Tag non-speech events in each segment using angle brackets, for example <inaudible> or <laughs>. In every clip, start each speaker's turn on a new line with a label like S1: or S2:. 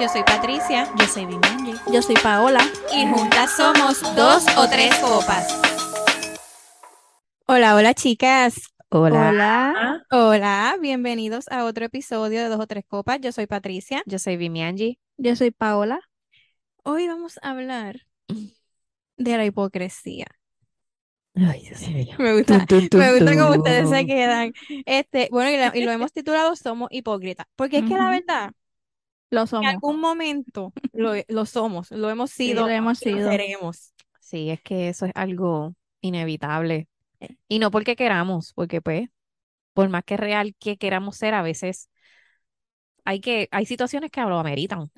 S1: Yo soy Patricia.
S2: Yo soy Bimanji.
S3: Yo soy Paola.
S1: Y juntas somos dos o tres copas.
S3: Hola, hola chicas.
S2: Hola.
S3: Hola. Hola, bienvenidos a otro episodio de Dos o Tres Copas. Yo soy Patricia.
S2: Yo soy Bimianji.
S3: Yo soy Paola. Hoy vamos a hablar de la hipocresía.
S2: Ay, Dios mío.
S3: Me gusta, <laughs> me
S2: <laughs>
S3: gusta cómo ustedes se quedan. Este, bueno, y, la- y lo hemos titulado Somos hipócritas, porque es que la
S2: Ujú.
S3: verdad,
S4: Lo
S3: en
S4: somos.
S3: algún momento lo, lo somos, lo hemos
S4: Sí,
S3: sido,
S4: lo hemos
S3: y lo
S4: sido.
S3: seremos.
S2: Sí, es que eso es algo inevitable. Y no porque queramos, porque pues, por más que real que queramos ser, a veces hay que, hay situaciones que lo ameritan.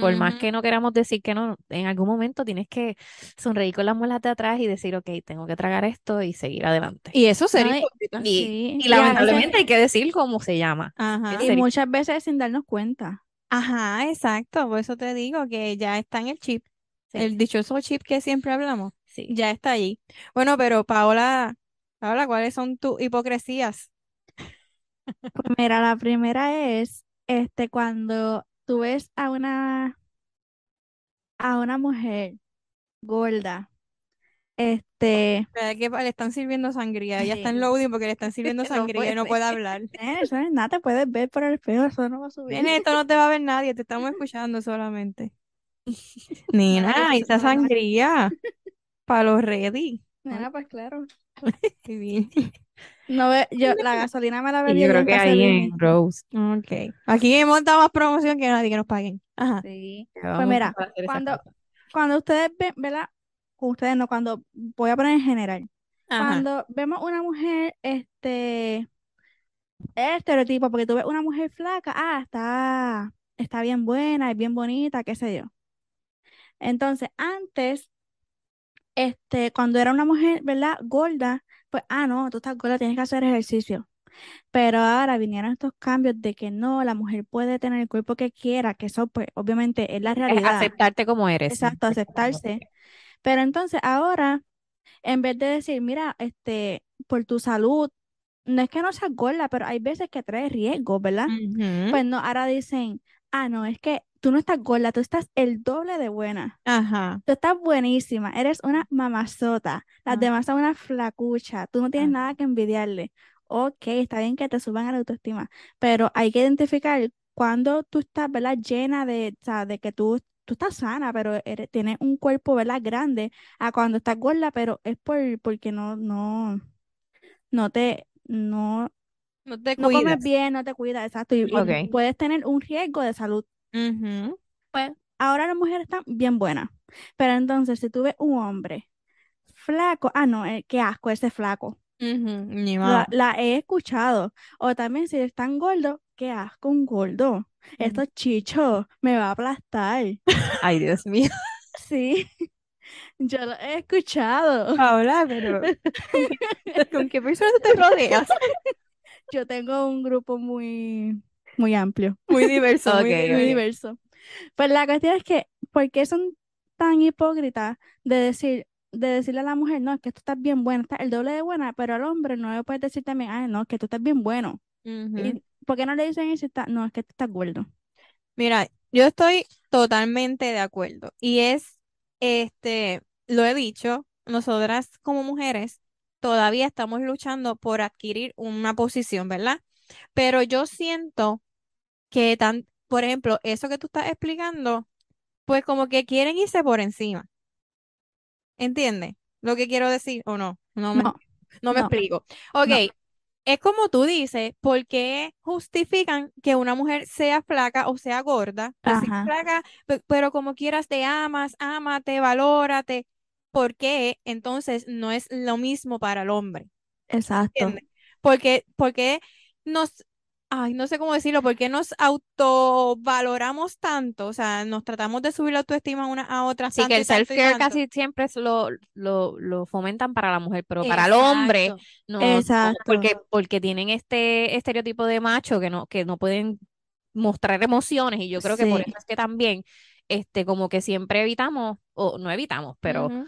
S2: Por más
S3: Ujú.
S2: que no queramos decir que no, en algún momento tienes que sonreír con las muelas de atrás y decir, ok, tengo que tragar esto y seguir adelante.
S3: Y eso ser
S4: No, y-
S3: hipócrita.
S2: Y,
S4: Sí.
S2: y
S4: Y a veces-
S2: lamentablemente hay que decir cómo se llama.
S3: Ajá.
S2: Eso
S4: Y
S2: sería-
S4: muchas veces sin darnos cuenta.
S3: Ajá, exacto, por eso te digo que ya está en el chip,
S2: Sí.
S3: el dichoso chip que siempre hablamos,
S2: Sí.
S3: ya está allí. Bueno, pero Paola, Paola, ¿cuáles son tus hipocresías?
S4: Pues mira, la primera es este cuando tú ves a una a una mujer gorda, este,
S3: ¿Verdad que le están sirviendo sangría? Ella está en
S4: Sí.
S3: loading porque le
S4: <laughs>
S3: están sirviendo
S4: No
S3: sangría y
S4: puede
S3: no puede
S4: ser. <laughs>
S3: hablar.
S4: eh, eso no es nada, te puedes ver por el espejo, eso no va a subir.
S3: Nene, esto no te va a ver nadie, te estamos escuchando solamente.
S4: No,
S3: Nena,
S4: eso
S3: esa
S4: no, no.
S3: sangría para los ready.
S4: Mira, pues claro.
S3: Muy
S4: <laughs>
S3: bien.
S4: No ve- yo la gasolina me la
S2: Y
S4: bebí
S2: yo
S4: allá
S2: creo
S4: en
S2: que
S4: casa de
S2: ahí
S4: Vini.
S2: en Rose.
S3: Ok. Aquí hemos dado más promoción que nadie que nos paguen. Ajá.
S4: Sí.
S2: Pues vamos a
S4: mira,
S2: empezar a hacer esas
S4: cuando-
S2: cosas.
S4: Cuando ustedes ven, ¿verdad? Ustedes no, cuando voy a poner en general.
S3: Ajá.
S4: Cuando vemos una mujer, este, el estereotipo, porque tú ves una mujer flaca, ah, está, está bien buena, es bien bonita, qué sé yo. Entonces, antes, este, cuando era una mujer, ¿verdad? Gorda, pues, ah, no, tú estás gorda, tienes que hacer ejercicio. Pero ahora vinieron estos cambios de que no, la mujer puede tener el cuerpo que quiera, que eso, pues, obviamente es la
S2: Es
S4: realidad.
S2: aceptarte como eres.
S4: Exacto, aceptarse. Pero entonces ahora, en vez de decir, mira, este, por tu salud, no es que no seas gorda, pero hay veces que trae riesgo, ¿verdad?
S3: Ujú.
S4: Pues no, ahora dicen, ah, no, es que tú no estás gorda, tú estás el doble de buena.
S3: Ajá.
S4: Tú estás buenísima, eres una mamazota, las
S3: Ah.
S4: demás son una flacucha, tú no tienes
S3: Ah.
S4: nada que envidiarle. Ok, está bien que te suban a la autoestima, pero hay que identificar cuando tú estás, ¿verdad? Llena de, o sea, de que tú, tú estás sana, pero eres- tienes un cuerpo, ¿verdad? Grande, a cuando estás gorda, pero es por, porque no, no, no te, no,
S3: No te
S4: no comes
S3: cuidas.
S4: bien, no te cuidas, exacto, y, y
S2: Ok.
S4: puedes tener un riesgo de salud.
S3: Ujú.
S4: Ahora las mujeres están bien buenas. Pero entonces, si tú ves un hombre flaco, ah, no, eh, qué asco ese flaco.
S3: Ujú. Ni
S4: La,
S3: más.
S4: la he escuchado. O también si están gordos, qué asco un gordo. Esto es chicho, me va a aplastar. <laughs>
S2: Ay,
S3: <laughs>
S2: Dios mío.
S4: Sí, <laughs> yo lo he escuchado.
S3: Paola, pero ¿con qué, con qué personas tú <laughs> te rodeas?
S4: Yo tengo un grupo muy, muy amplio,
S3: Muy diverso, muy
S2: Ok,
S4: muy
S3: diverso.
S4: diverso. Pues la cuestión es que, ¿por qué son tan hipócritas de decir, de decirle a la mujer, no, es que tú estás bien buena, estás el doble de buena, pero al hombre no le puedes decir también, ay, no, es que tú estás bien bueno.
S3: Ujú.
S4: ¿Y por qué no le dicen eso? Está- No, es que tú estás gordo.
S3: Mira, yo estoy totalmente de acuerdo. Y es, este, lo he dicho, nosotras como mujeres todavía estamos luchando por adquirir una posición, ¿verdad? Pero yo siento que tan, por ejemplo, eso que tú estás explicando, pues como que quieren irse por encima. ¿Entiendes? Lo que quiero decir o no. No me,
S4: No,
S3: no me
S4: no.
S3: explico. Ok, es como tú dices, ¿por qué justifican que una mujer sea flaca o sea gorda? Pues si es
S4: Ajá.
S3: flaca, pe- pero como quieras te amas, ámate, valórate. ¿Por qué entonces no es lo mismo para el hombre?
S4: Exacto.
S3: ¿Entiendes? Porque, porque nos, ay, no sé cómo decirlo, porque nos autovaloramos tanto, o sea, nos tratamos de subir la autoestima una a otra
S2: Así que
S3: tanto
S2: el
S3: y tanto y
S2: self-care
S3: tanto.
S2: casi siempre es lo, lo, lo fomentan para la mujer, pero para el hombre
S3: Exacto.
S2: no, no,
S4: Exacto.
S2: porque, porque tienen este estereotipo de macho que no, que no pueden mostrar emociones y yo creo que por
S4: Sí.
S2: eso es que también, este, como que siempre evitamos, o no evitamos, pero
S3: Ujú.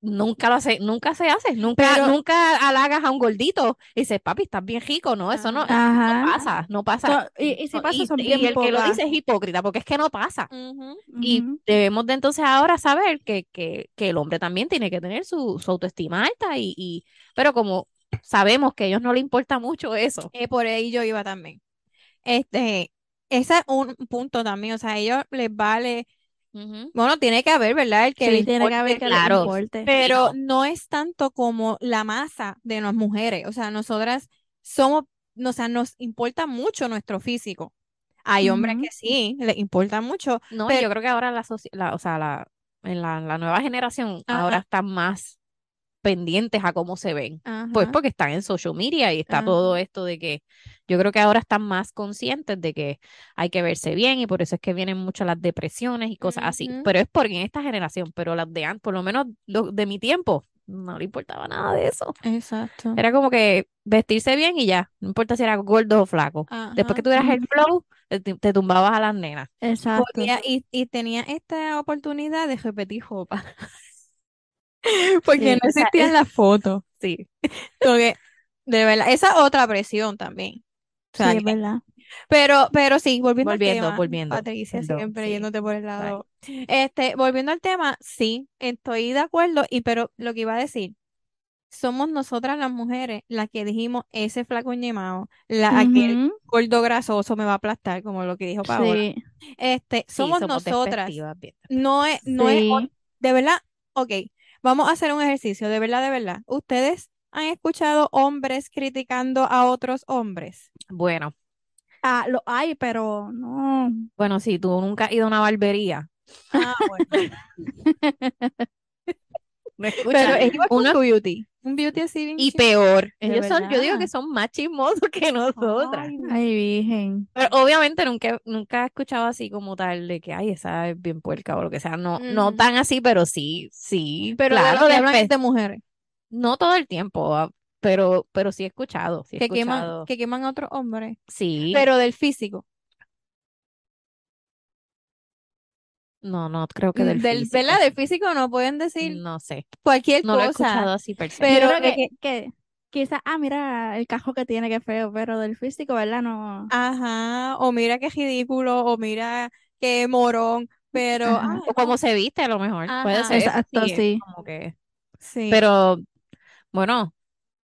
S2: nunca lo hace, nunca se hace, nunca,
S3: Pero-
S2: nunca halagas a un gordito y dices, papi, estás bien rico, no, eso no, no
S4: Ajá.
S2: pasa, no pasa.
S4: So- Ah, y, y si
S2: No,
S4: pasa,
S2: y-
S4: son
S2: y
S4: bien
S2: el que lo
S4: pocas.
S2: dice es hipócrita, porque es que no pasa.
S3: Ujú.
S2: Y
S4: Ujú.
S2: debemos de entonces ahora saber que, que, que el hombre también tiene que tener su, su autoestima alta y, y- pero como sabemos que a ellos no les importa mucho eso.
S3: Eh, por ahí yo iba también. Este, ese es un punto también, o sea, a ellos les vale, bueno, tiene que haber, ¿verdad? El que
S4: Sí,
S3: le
S4: tiene
S3: importe,
S4: que haber que le
S2: claro.
S4: importe.
S3: Pero
S2: Fijo.
S3: no es tanto como la masa de las mujeres, o sea, nosotras somos, o sea, nos importa mucho nuestro físico. Hay hombres
S4: Ujú.
S3: que sí, les importa mucho. pues,
S2: No, y
S3: Pero-
S2: yo creo que ahora la, soci- la- o sea, la, en la, la nueva generación
S3: Ajá.
S2: ahora están más pendientes a cómo se ven. Pues
S3: Ajá.
S2: porque están en social media y está
S3: Ajá.
S2: todo esto de que yo creo que ahora están más conscientes de que hay que verse bien y por eso es que vienen muchas las depresiones y cosas así.
S3: Ujú.
S2: Pero es porque en esta generación, pero las de antes, por lo menos lo- de mi tiempo, no le importaba nada de eso.
S3: Exacto.
S2: Era como que vestirse bien y ya, no importa si era gordo o flaco. Después que tuvieras el
S4: Ujú.
S2: flow, te, te tumbabas a las nenas.
S4: Exacto.
S3: Podía- y, y tenía esta oportunidad de repetir ropa. <laughs> Porque
S4: Sí,
S3: no
S4: o sea,
S3: existían las fotos.
S2: Sí.
S3: Porque, de verdad, esa es otra presión también. O sea,
S4: Sí, es
S3: que-
S4: verdad.
S3: pero, pero sí, volviendo al
S2: Volviendo,
S3: tema,
S2: volviendo,
S3: Patricia,
S2: perdón,
S3: siempre
S2: sí,
S3: yéndote por el
S2: dale.
S3: lado. Este, volviendo al tema, sí, estoy de acuerdo, y pero lo que iba a decir, somos nosotras las mujeres las que dijimos ese flaco ñemao, la, aquel
S4: Ujú.
S3: gordo grasoso me va a aplastar, como lo que dijo Paola.
S4: Sí.
S3: Este,
S2: Sí,
S3: somos
S2: somos
S3: nosotras.
S2: despectivas, bien.
S3: No es, no es,
S4: Sí.
S3: de verdad, ok, vamos a hacer un ejercicio, de verdad, de verdad. ¿Ustedes han escuchado hombres criticando a otros hombres?
S2: Bueno,
S4: Ah, lo hay, pero no.
S2: bueno, si tú nunca has ido a una barbería.
S3: Ah, bueno. <laughs>
S2: no
S3: Pero
S2: escuchas
S3: es igual con
S2: una-
S3: tu beauty. Un beauty así bien
S2: Y
S3: chiquito.
S2: peor.
S4: De
S2: Ellos son, yo digo que
S4: verdad.
S2: son más chismosos que nosotras.
S4: Ay, virgen.
S2: Pero obviamente nunca, nunca he escuchado así como tal de que, ay, esa es bien puerca o lo que sea. No, no
S3: Ujú.
S2: tan así, pero sí, sí.
S3: Mm. Pero de
S2: claro,
S3: lo que hablan
S2: después-
S3: es de mujeres,
S2: no todo el tiempo, ah, pero, pero sí he escuchado, sí he
S3: que queman,
S2: escuchado.
S3: que queman a otros hombres,
S2: Sí,
S3: pero del físico,
S2: no, no creo que del
S3: Mm, del,
S2: físico.
S3: ¿verdad? Del físico no pueden decir
S2: No sé,
S3: cualquier
S2: no lo he escuchado
S3: cosa.
S2: así per se.
S3: Pero
S4: Yo creo
S3: de
S4: que, que quizás, ah, mira el cajo que tiene, que feo, pero del físico, ¿verdad? No.
S3: Ajá, o mira qué ridículo, o mira qué morón, pero ah,
S4: Ajá.
S3: ay,
S2: O cómo se viste a lo mejor, puede
S3: Ajá.
S2: ser.
S4: Exacto,
S2: sí,
S4: sí.
S2: como que...
S3: sí.
S2: Pero bueno,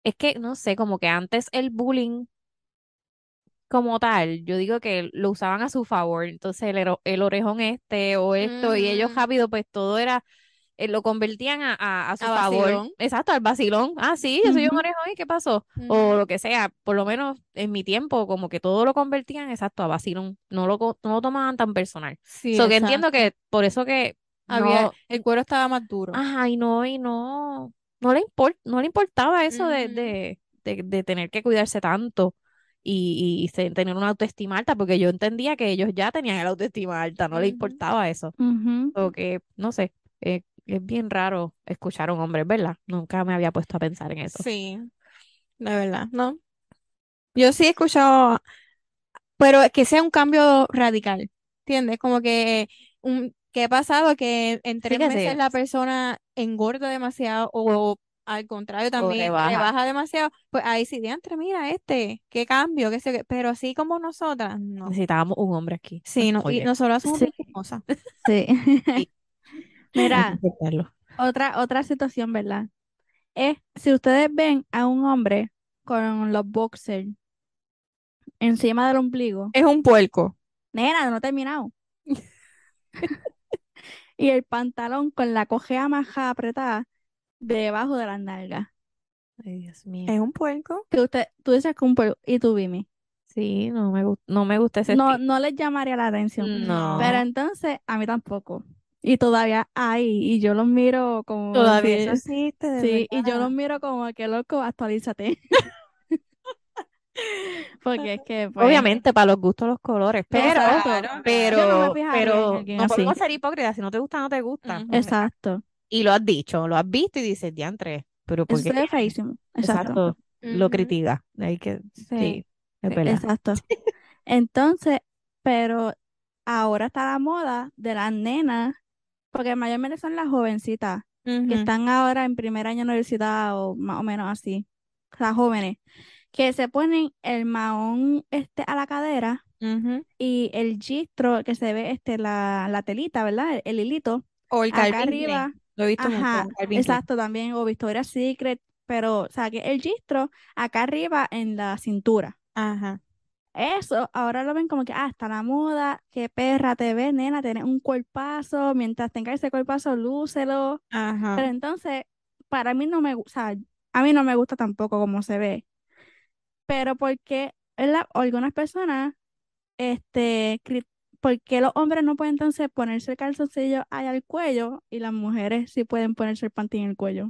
S2: es que no sé, como que antes el bullying como tal, yo digo que lo usaban a su favor, entonces el, ero- el orejón este o esto y ellos
S3: Ujú.
S2: rápido, pues todo era, eh, lo convertían a, a, a su
S3: A
S2: favor.
S3: vacilón.
S2: Exacto, al vacilón. Ah, sí, yo soy un
S4: Ujú.
S2: orejón y ¿qué pasó? O
S3: Ujú.
S2: lo que sea, por lo menos en mi tiempo, como que todo lo convertían, exacto, a vacilón, no lo, co- no lo tomaban tan personal.
S3: Sí,
S2: So que entiendo
S3: exacto.
S2: que por eso que
S3: Había,
S2: no,
S3: el cuero estaba más duro.
S2: Ajá, y no, y no, no le import, no le importaba eso de,
S3: Ujú.
S2: de, de, de tener que cuidarse tanto y, y, se- tener una autoestima alta, porque yo entendía que ellos ya tenían la autoestima alta, no le
S3: Ujú.
S2: importaba eso.
S4: Ujú.
S2: O que, no sé, eh, es bien raro escuchar a un hombre, ¿verdad? Nunca me había puesto a pensar en eso.
S3: Sí, la verdad, ¿no? Yo sí he escuchado, pero que sea un cambio radical, ¿entiendes? Como que, un, que ha pasado que en tres
S2: Fíjese.
S3: meses la persona engorda demasiado o al contrario también
S2: rebaja.
S3: rebaja demasiado, pues ahí sí, diantre, mira este, qué cambio, qué sé yo qué, pero así como nosotras,
S2: <laughs>
S3: no.
S2: Necesitábamos un hombre aquí.
S3: Sí, no, y
S2: Oye,
S3: nosotras somos
S4: Sí.
S3: bien chismosas.
S4: Sí.
S2: Sí. hay que
S4: <laughs> Mira,
S2: aceptarlo.
S4: otra, otra situación, ¿verdad? Es si ustedes ven a un hombre con los boxers encima del ombligo,
S3: Es un puerco.
S4: nena, no he terminado. <laughs> Y el pantalón con la cojea maja apretada debajo de las nalgas.
S2: Ay, Dios mío.
S3: <laughs> Es un puerco.
S4: Que usted, tú dices que un puer- y tú, Bimi.
S2: Sí, no me gusta, no me gusta ese
S4: No,
S2: estilo.
S4: no les llamaría la atención.
S2: No.
S4: Pero entonces, a mí tampoco. Y todavía hay, y yo los miro como
S3: Todavía
S4: si-
S3: eso existe, de
S4: sí, y yo
S3: verdad.
S4: los miro como que loco, actualízate. <laughs> Porque es que, pues,
S2: Obviamente, para los gustos, los colores, pero,
S4: Exacto.
S3: Claro,
S2: pero,
S4: Yo no me fijaría en
S2: pero
S4: alguien
S2: no
S4: así.
S2: podemos ser hipócritas. Si no te gusta, no te gusta.
S3: Ujú.
S4: exacto.
S2: Y lo has dicho, lo has visto y dices, diantre, pero
S4: Eso
S2: porque
S4: es feísimo. Exacto.
S2: exacto, lo
S3: Ujú.
S2: critica. Hay que,
S3: Sí.
S2: sí, es
S3: Sí,
S2: verdad.
S4: <laughs> Exacto. Entonces, pero ahora está la moda de las nenas, porque mayormente son las jovencitas,
S3: Ujú.
S4: que están ahora en primer año de universidad o más o menos así, las jóvenes, que se ponen el mahón este a la cadera
S3: Ujú.
S4: y el gistro que se ve este la, la telita, ¿verdad? El, el hilito
S3: O el
S4: acá
S3: Calvin Klein.
S4: arriba.
S3: Lo he visto mucho,
S4: Ajá,
S3: el Calvin Klein.
S4: exacto, también o Victoria's Secret, pero o sea, que el gistro acá arriba en la cintura.
S3: Ajá.
S4: Eso, ahora lo ven como que, ah, está la moda, qué perra te ves, nena, tienes un cuerpazo, mientras tengas ese cuerpazo, lúcelo.
S3: Ajá.
S4: Pero entonces, para mí no me gusta, a mí no me gusta tampoco cómo se ve. Pero porque ¿verdad? algunas personas, este, cri- ¿por qué los hombres no pueden entonces ponerse el calzoncillo ahí al cuello y las mujeres sí pueden ponerse el panty en el cuello?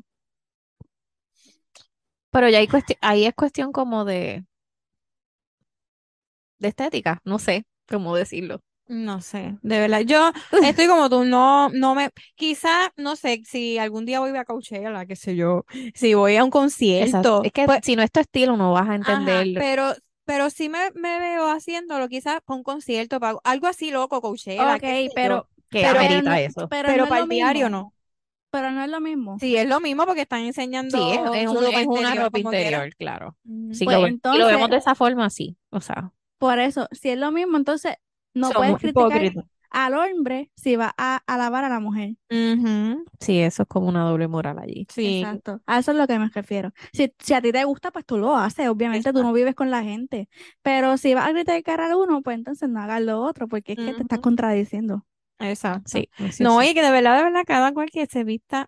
S2: Pero ya hay cuesti- ahí es cuestión como de, de estética, no sé cómo decirlo.
S3: No sé, de verdad. Yo estoy como tú, no, no me, quizá, no sé, si algún día voy a Coachella, qué sé yo, si voy a un
S2: Exacto.
S3: concierto,
S2: Es que
S3: pues,
S2: si no es tu estilo, no vas a
S3: ajá,
S2: entender.
S3: pero, pero sí me, me veo haciéndolo, quizás para un concierto, para algo así loco, Coachella,
S4: Ok,
S3: qué sé Eh, yo,
S4: pero,
S2: que
S3: pero-
S2: amerita
S4: no- pero
S2: eso.
S3: pero
S4: no es
S3: para
S4: lo
S3: el diario
S4: mismo,
S3: no.
S4: pero no es lo mismo.
S3: Sí, es lo mismo porque están enseñando
S2: Sí, es, es
S3: su
S2: un-
S3: ropa
S2: es una
S3: interior
S2: ropa
S3: como quiera.
S2: interior, claro.
S3: Ujú.
S2: Si
S4: Pues
S2: lo, ve- si lo vemos
S4: entonces,
S2: de esa forma, sí. O sea,
S4: por eso, si es lo mismo, entonces no
S2: Somos
S4: puedes criticar
S3: hipócritas.
S4: al hombre si va a alabar a la mujer.
S3: Ujú,
S2: sí, eso es como una doble moral allí.
S3: Sí,
S4: Exacto, a eso es lo que me refiero. Si, si a ti te gusta, pues tú lo haces, obviamente tú no vives con la gente, pero si vas a criticar a uno, pues entonces no hagas lo otro, porque es que te estás
S3: Ujú.
S4: contradiciendo.
S3: exacto.
S2: Sí, eso
S3: No,
S2: sí.
S3: y que de verdad, de verdad, cada cual que se vista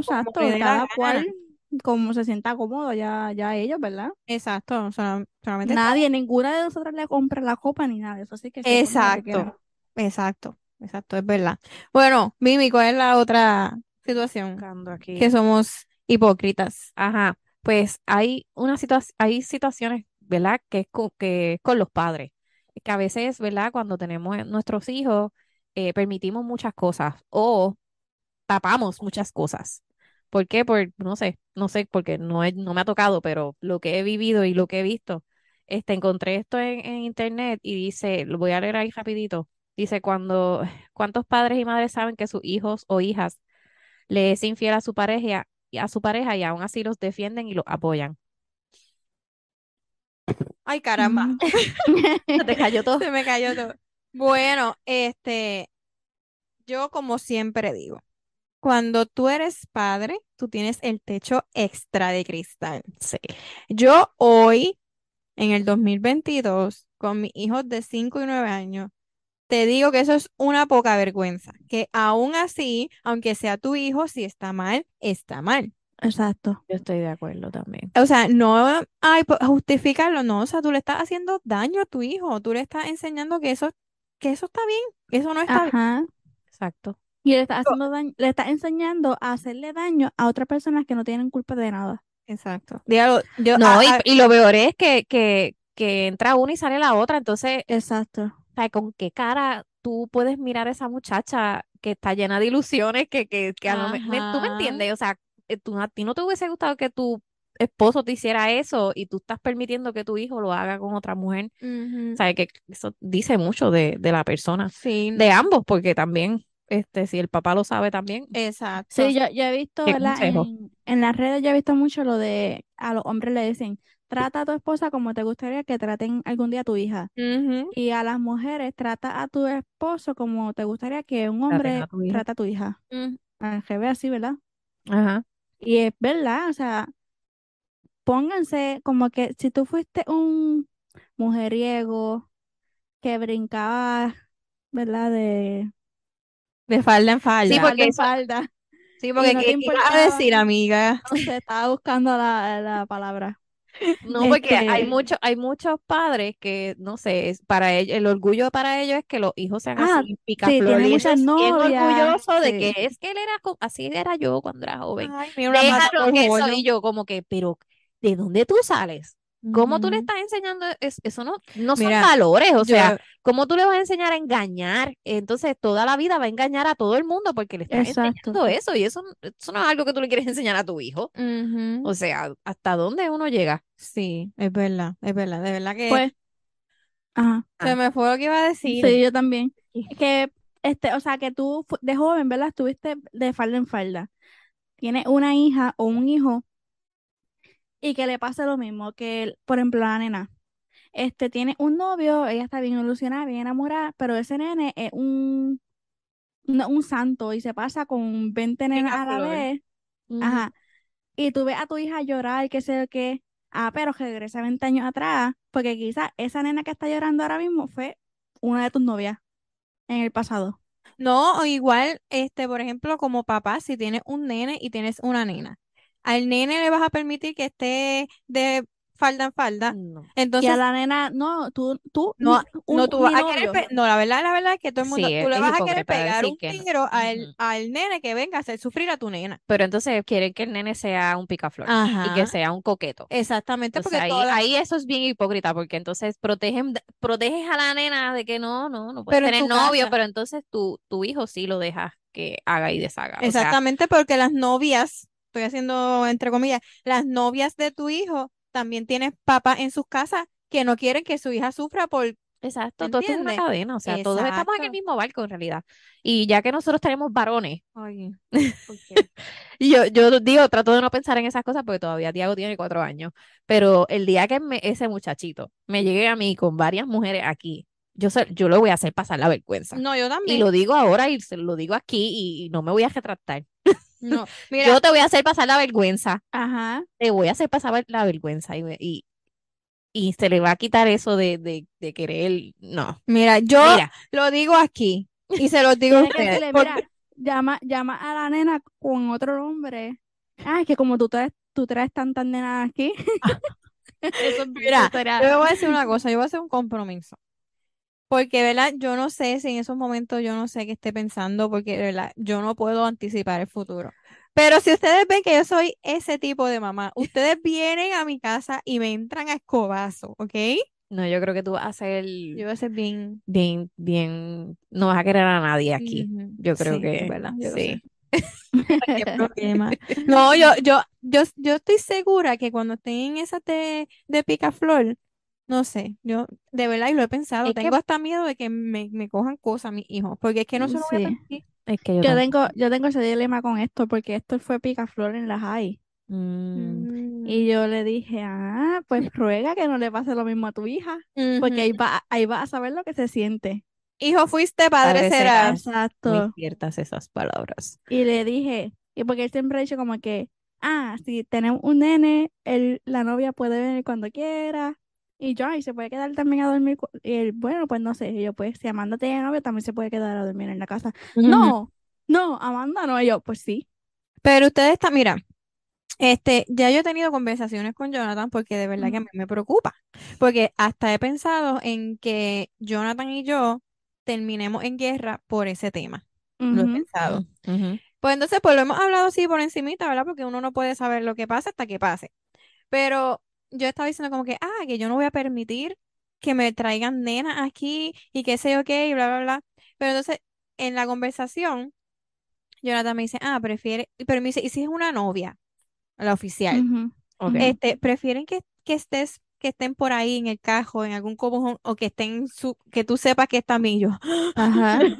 S3: como le
S4: exacto,
S3: dé la
S4: cada
S3: gana.
S4: cual como se sienta cómodo, ya, ya ellos, ¿verdad?
S3: Exacto, solam- solamente está.
S4: Nadie, ninguna de nosotras le compra la copa ni nada de eso, así que se pone lo que quiera.
S3: Exacto, exacto, exacto, es verdad. Bueno, Mimi, ¿cuál es la otra situación?
S2: Buscando aquí.
S3: Que somos hipócritas.
S2: Ajá, pues hay una situa- hay situaciones, ¿verdad? Que es co- que es con los padres, que a veces, ¿verdad? Cuando tenemos a nuestros hijos, eh, permitimos muchas cosas o tapamos muchas cosas. ¿Por qué? Por, no sé, no sé, porque no, he- no me ha tocado, pero lo que he vivido y lo que he visto, este, encontré esto en, en internet y dice, lo voy a leer ahí rapidito, dice, cuando, ¿cuántos padres y madres saben que sus hijos o hijas le es infiel a su pareja, y a su pareja y aún así los defienden y los apoyan.
S3: Ay, caramba,
S4: Ujú.
S2: Se te cayó
S3: <laughs>
S2: todo.
S3: se me cayó todo. Bueno, este, yo como siempre digo, cuando tú eres padre, tú tienes el techo extra de cristal.
S2: Sí.
S3: Yo hoy, en el 2022, con mis hijos de 5 y 9 años, Te digo que eso es una poca vergüenza, que aún así, aunque sea tu hijo, si está mal, está mal.
S4: <laughs> Exacto.
S2: Yo estoy de acuerdo también.
S3: O sea, no hay justificarlo, no, o sea, tú le estás haciendo daño a tu hijo, tú le estás enseñando que eso, que eso está bien, que eso no está bien.
S4: Ajá.
S2: Exacto.
S4: Y le estás haciendo daño, le estás enseñando a hacerle daño a otras personas que no tienen culpa de nada.
S3: Exacto. Diablo, yo,
S2: No,
S3: a-
S2: y,
S3: a-
S2: y lo peor es que, que, que entra una y sale la otra. Entonces,
S4: Exacto.
S2: o sea, ¿con qué cara tú puedes mirar a esa muchacha que está llena de ilusiones? Que, que, que a lo me- me- tú me
S3: Ajá.
S2: entiendes, o sea, eh, tú, a ti no te hubiese gustado que tu esposo te hiciera eso y tú estás permitiendo que tu hijo lo haga con otra mujer.
S3: Ujú.
S2: sea, que eso dice mucho de, de la persona,
S3: Sí,
S2: de ambos, porque también, este, si el papá lo sabe también,
S3: exacto.
S4: Sí, yo, yo he visto,
S2: ¿qué
S4: ¿verdad?
S2: consejo?
S4: En, en las redes yo he visto mucho lo de a los hombres le dicen, trata a tu esposa como te gustaría que traten algún día a tu hija.
S3: Ujú.
S4: Y a las mujeres, trata a tu esposo como te gustaría que un
S2: Traten a
S4: hombre
S2: tu hija.
S4: trata a tu hija.
S3: Mm.
S4: Al revés, así, ¿verdad?
S2: Ajá.
S4: Y es verdad, o sea, pónganse como que si tú fuiste un mujeriego que brincaba, ¿verdad? De,
S3: De falda en
S2: Sí,
S4: de
S3: falda.
S2: porque
S4: falda en
S2: eso-
S4: falda
S3: Sí,
S4: y
S3: porque
S4: no
S3: ¿qué
S4: te
S3: ibas a
S2: "Ah,
S4: importaba,
S3: decir, amiga?
S4: <laughs> no sé, estaba buscando la, la palabra.
S2: No, porque hay
S4: Este,
S2: muchos, hay muchos padres que, no sé, es para ellos, el orgullo para ellos es que los hijos sean
S4: ah,
S2: así,
S4: sí,
S2: picaflor,
S4: tiene
S2: y eso
S4: muchas
S2: es bien
S4: novias,
S2: orgulloso de que
S4: sí, Ah,
S2: es que él era, co- así era yo cuando era joven.
S3: Ay, mira, matando
S2: Déjalo
S3: el
S2: que
S3: joyo.
S2: soy yo, como que, pero, ¿de dónde tú sales? ¿Cómo tú le
S3: Ujú.
S2: estás enseñando? Es- eso no, no son
S3: Mira,
S2: valores, o
S3: Mm, yo,
S2: sea, ¿cómo tú le vas a enseñar a engañar? Entonces, toda la vida va a engañar a todo el mundo porque le estás
S4: exacto.
S2: enseñando eso, y eso, eso no es algo que tú le quieres <laughs> enseñar a tu hijo.
S3: Ujú.
S2: O sea, ¿hasta dónde uno llega?
S3: Sí, es verdad, es verdad, de verdad que
S4: Pues, ajá,
S3: se
S2: Ah.
S3: me fue lo que iba a decir.
S4: sí, yo también.
S2: Sí.
S4: Que, este, o sea, que tú fu- de joven, ¿verdad? Estuviste de falda en falda. tiene una hija o un hijo y que le pasa lo mismo que, por ejemplo, la nena. Este tiene un novio, ella está bien ilusionada, bien enamorada, pero ese nene es un, no, un santo y se pasa con 20 nenas a la
S1: flor.
S4: vez. Ajá. Y tú ves a tu hija llorar, qué sé yo qué. Ah, pero regresa 20 años atrás, porque quizás esa nena que está llorando ahora mismo fue una de tus novias en el pasado.
S3: No, o igual, este, por ejemplo, como papá, si tienes un nene y tienes una nena, al nene le vas a permitir que esté de falda en falda.
S2: No.
S4: Y a
S3: Entonces,
S4: la nena, no, tú, tú,
S3: no,
S4: ni-
S3: no
S4: un-
S3: tú vas
S4: ni
S3: a querer,
S4: novio.
S3: pe- no, la verdad, la verdad es que todo el
S2: Sí,
S3: mundo,
S2: es-
S3: tú le
S2: es
S3: vas a querer
S2: hipócrita
S3: pegar
S2: decir
S3: un
S2: que no.
S3: tiro al,
S2: Ujú.
S3: al nene que venga a hacer sufrir a tu nena.
S2: Pero entonces quieren que el nene sea un picaflor y
S3: Ajá.
S2: que sea un coqueto.
S3: Exactamente,
S2: Entonces
S3: porque
S2: ahí,
S3: todas-
S2: ahí eso es bien hipócrita, porque entonces protegen, de- proteges a la nena de que no, no, no puedes
S3: Pero en
S2: tener
S3: tu
S2: novio,
S3: casa.
S2: pero entonces tu, tu hijo sí lo dejas que haga y deshaga. O sea,
S3: Exactamente, porque las novias, estoy haciendo entre comillas, las novias de tu hijo también tienen papás en sus casas que no quieren que su hija sufra por...
S2: Exacto, todo esto es una
S3: ¿Entiendes?
S2: cadena, o sea, todos estamos en el
S3: Exacto.
S2: mismo barco en realidad. Y ya que nosotros tenemos varones,
S3: Ay,
S2: y yo, yo digo, trato de no pensar en esas cosas porque todavía Diego tiene cuatro años, pero el día que me- ese muchachito me llegue a mí con varias mujeres aquí, yo, se- yo lo voy a hacer pasar la vergüenza.
S3: No, yo
S2: Y
S3: también.
S2: lo digo ahora y se lo digo aquí y, y no me voy a retractar.
S3: No, mira,
S2: <laughs> Yo te voy a hacer pasar la vergüenza,
S4: Ajá.
S2: te voy a hacer pasar ver- la vergüenza y, me- y, y se le va a quitar eso de, de, de querer, no.
S3: mira, yo
S2: Mira,
S3: lo digo aquí y se los digo a
S4: Tiene que
S3: ustedes.
S4: decirle,
S3: porque-
S4: mira, llama, llama a la nena con otro hombre. Ah, es que como tú traes, tú traes tantas nenas
S3: <laughs>
S4: aquí.
S2: eso
S4: <laughs>
S2: es bien
S3: Mira,
S2: literal.
S3: Yo voy a decir una cosa, yo voy a hacer un compromiso. Porque, ¿verdad? Yo no sé si en esos momentos yo no sé qué esté pensando, porque, ¿verdad? Yo no puedo anticipar el futuro. Pero si ustedes ven que yo soy ese tipo de
S2: <laughs>
S3: mamá, ustedes vienen a mi casa y me entran a escobazo, ¿ok?
S2: No, yo creo que tú vas a ser
S3: Yo voy a ser bien.
S2: bien, bien, no vas a querer a nadie aquí.
S3: Ujú.
S2: Yo creo
S3: Sí,
S2: que
S3: ¿verdad? Yo lo
S2: sí.
S3: sé.
S4: <laughs>
S3: Qué problema. No, yo, yo, yo, yo estoy segura que cuando estén en esas de, de picaflor, no sé, yo de verdad y lo he pensado,
S2: Es que-
S3: tengo hasta miedo de que me, me cojan cosas mis hijos, porque es que no se lo voy a
S4: Sí.
S3: permitir.
S2: Es que yo,
S4: Yo
S2: tam-
S4: tengo, yo tengo ese dilema con esto, porque esto fue picaflor en la high.
S2: Mm,
S3: Mm.
S4: Y yo le dije, ah, pues ruega que no le pase lo mismo a tu hija, porque
S3: Ujú.
S4: ahí va, ahí va a saber lo que se siente.
S3: Hijo fuiste, padre
S2: Padre
S3: serás.
S2: serás. muy
S4: Exacto.
S2: ciertas esas palabras.
S4: Y le dije, y porque él siempre ha dicho como que, ah, si tenemos un nene, él, la novia puede venir cuando quiera. Y yo, ay, se puede quedar también a dormir. cu-". Y él, bueno, pues no sé. Y yo, pues si Amanda tiene novio, también se puede quedar a dormir en la casa.
S3: Ujú.
S4: No, no, Amanda no. Y yo, pues sí.
S3: Pero ustedes están, mira, este, ya yo he tenido conversaciones con Jonathan porque de verdad que a mí me preocupa, porque hasta he pensado en que Jonathan y yo terminemos en guerra por ese tema. Lo he
S4: Ujú.
S3: pensado.
S2: Ujú.
S3: Pues entonces, pues lo hemos hablado así por encimita, ¿verdad? Porque uno no puede saber lo que pasa hasta que pase. Pero yo estaba diciendo como que, ah, que yo no voy a permitir que me traigan nenas aquí y qué sé yo qué y bla, bla, bla. Pero entonces, en la conversación, Jonathan me dice, ah, prefiere, pero me dice, ¿y si es una novia? La oficial.
S4: Ujú.
S2: Mm,
S4: <laughs>
S3: <laughs>
S2: Ok.
S4: Ujú.
S3: Este, prefieren que, que estés, que estén por ahí en el cajo, en algún cobujón, o que estén en su, que tú sepas que están bien Y yo. <laughs>
S4: Ajá.
S3: Pues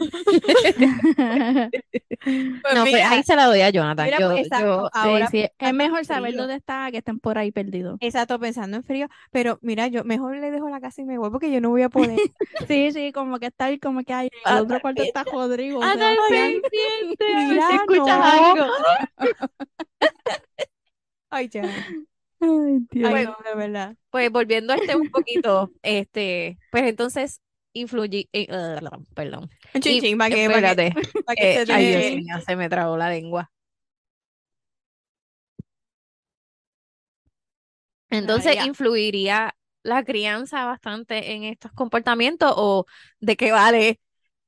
S2: No, pues
S3: mira,
S2: ahí se la doy a Jonathan.
S3: mira,
S2: Yo,
S3: pues, exacto,
S2: yo-
S3: ahora
S4: Sí, sí, es
S3: pensando en
S4: mejor saber
S3: frío.
S4: dónde está que estén por ahí perdidos.
S3: Exacto, pensando en frío, pero mira, yo mejor le dejo la casa y me voy porque yo no voy a
S2: <laughs>
S3: poder.
S4: Sí, sí, como que estar, como que ay, en
S2: Ah,
S4: el otro cuarto está Rodrigo,
S2: Ah, tal
S4: Sebastián. <laughs>
S2: vez,
S3: Mira,
S2: pues, si escuchas
S3: no.
S2: algo.
S3: Ay, ya.
S4: Ay,
S2: <laughs>
S4: Dios.
S3: Ay, no, de verdad.
S2: Pues volviendo a este un poquito, este, pues entonces influye, eh, perdón.
S3: Un
S2: Y-
S3: chin chin, para que, para que,
S2: espérate,
S3: pa' que
S2: eh,
S3: se
S2: ay,
S3: te-
S2: Dios mío, se me trabó la lengua. Entonces,
S3: María.
S2: ¿influiría la crianza bastante en estos comportamientos o de qué vale,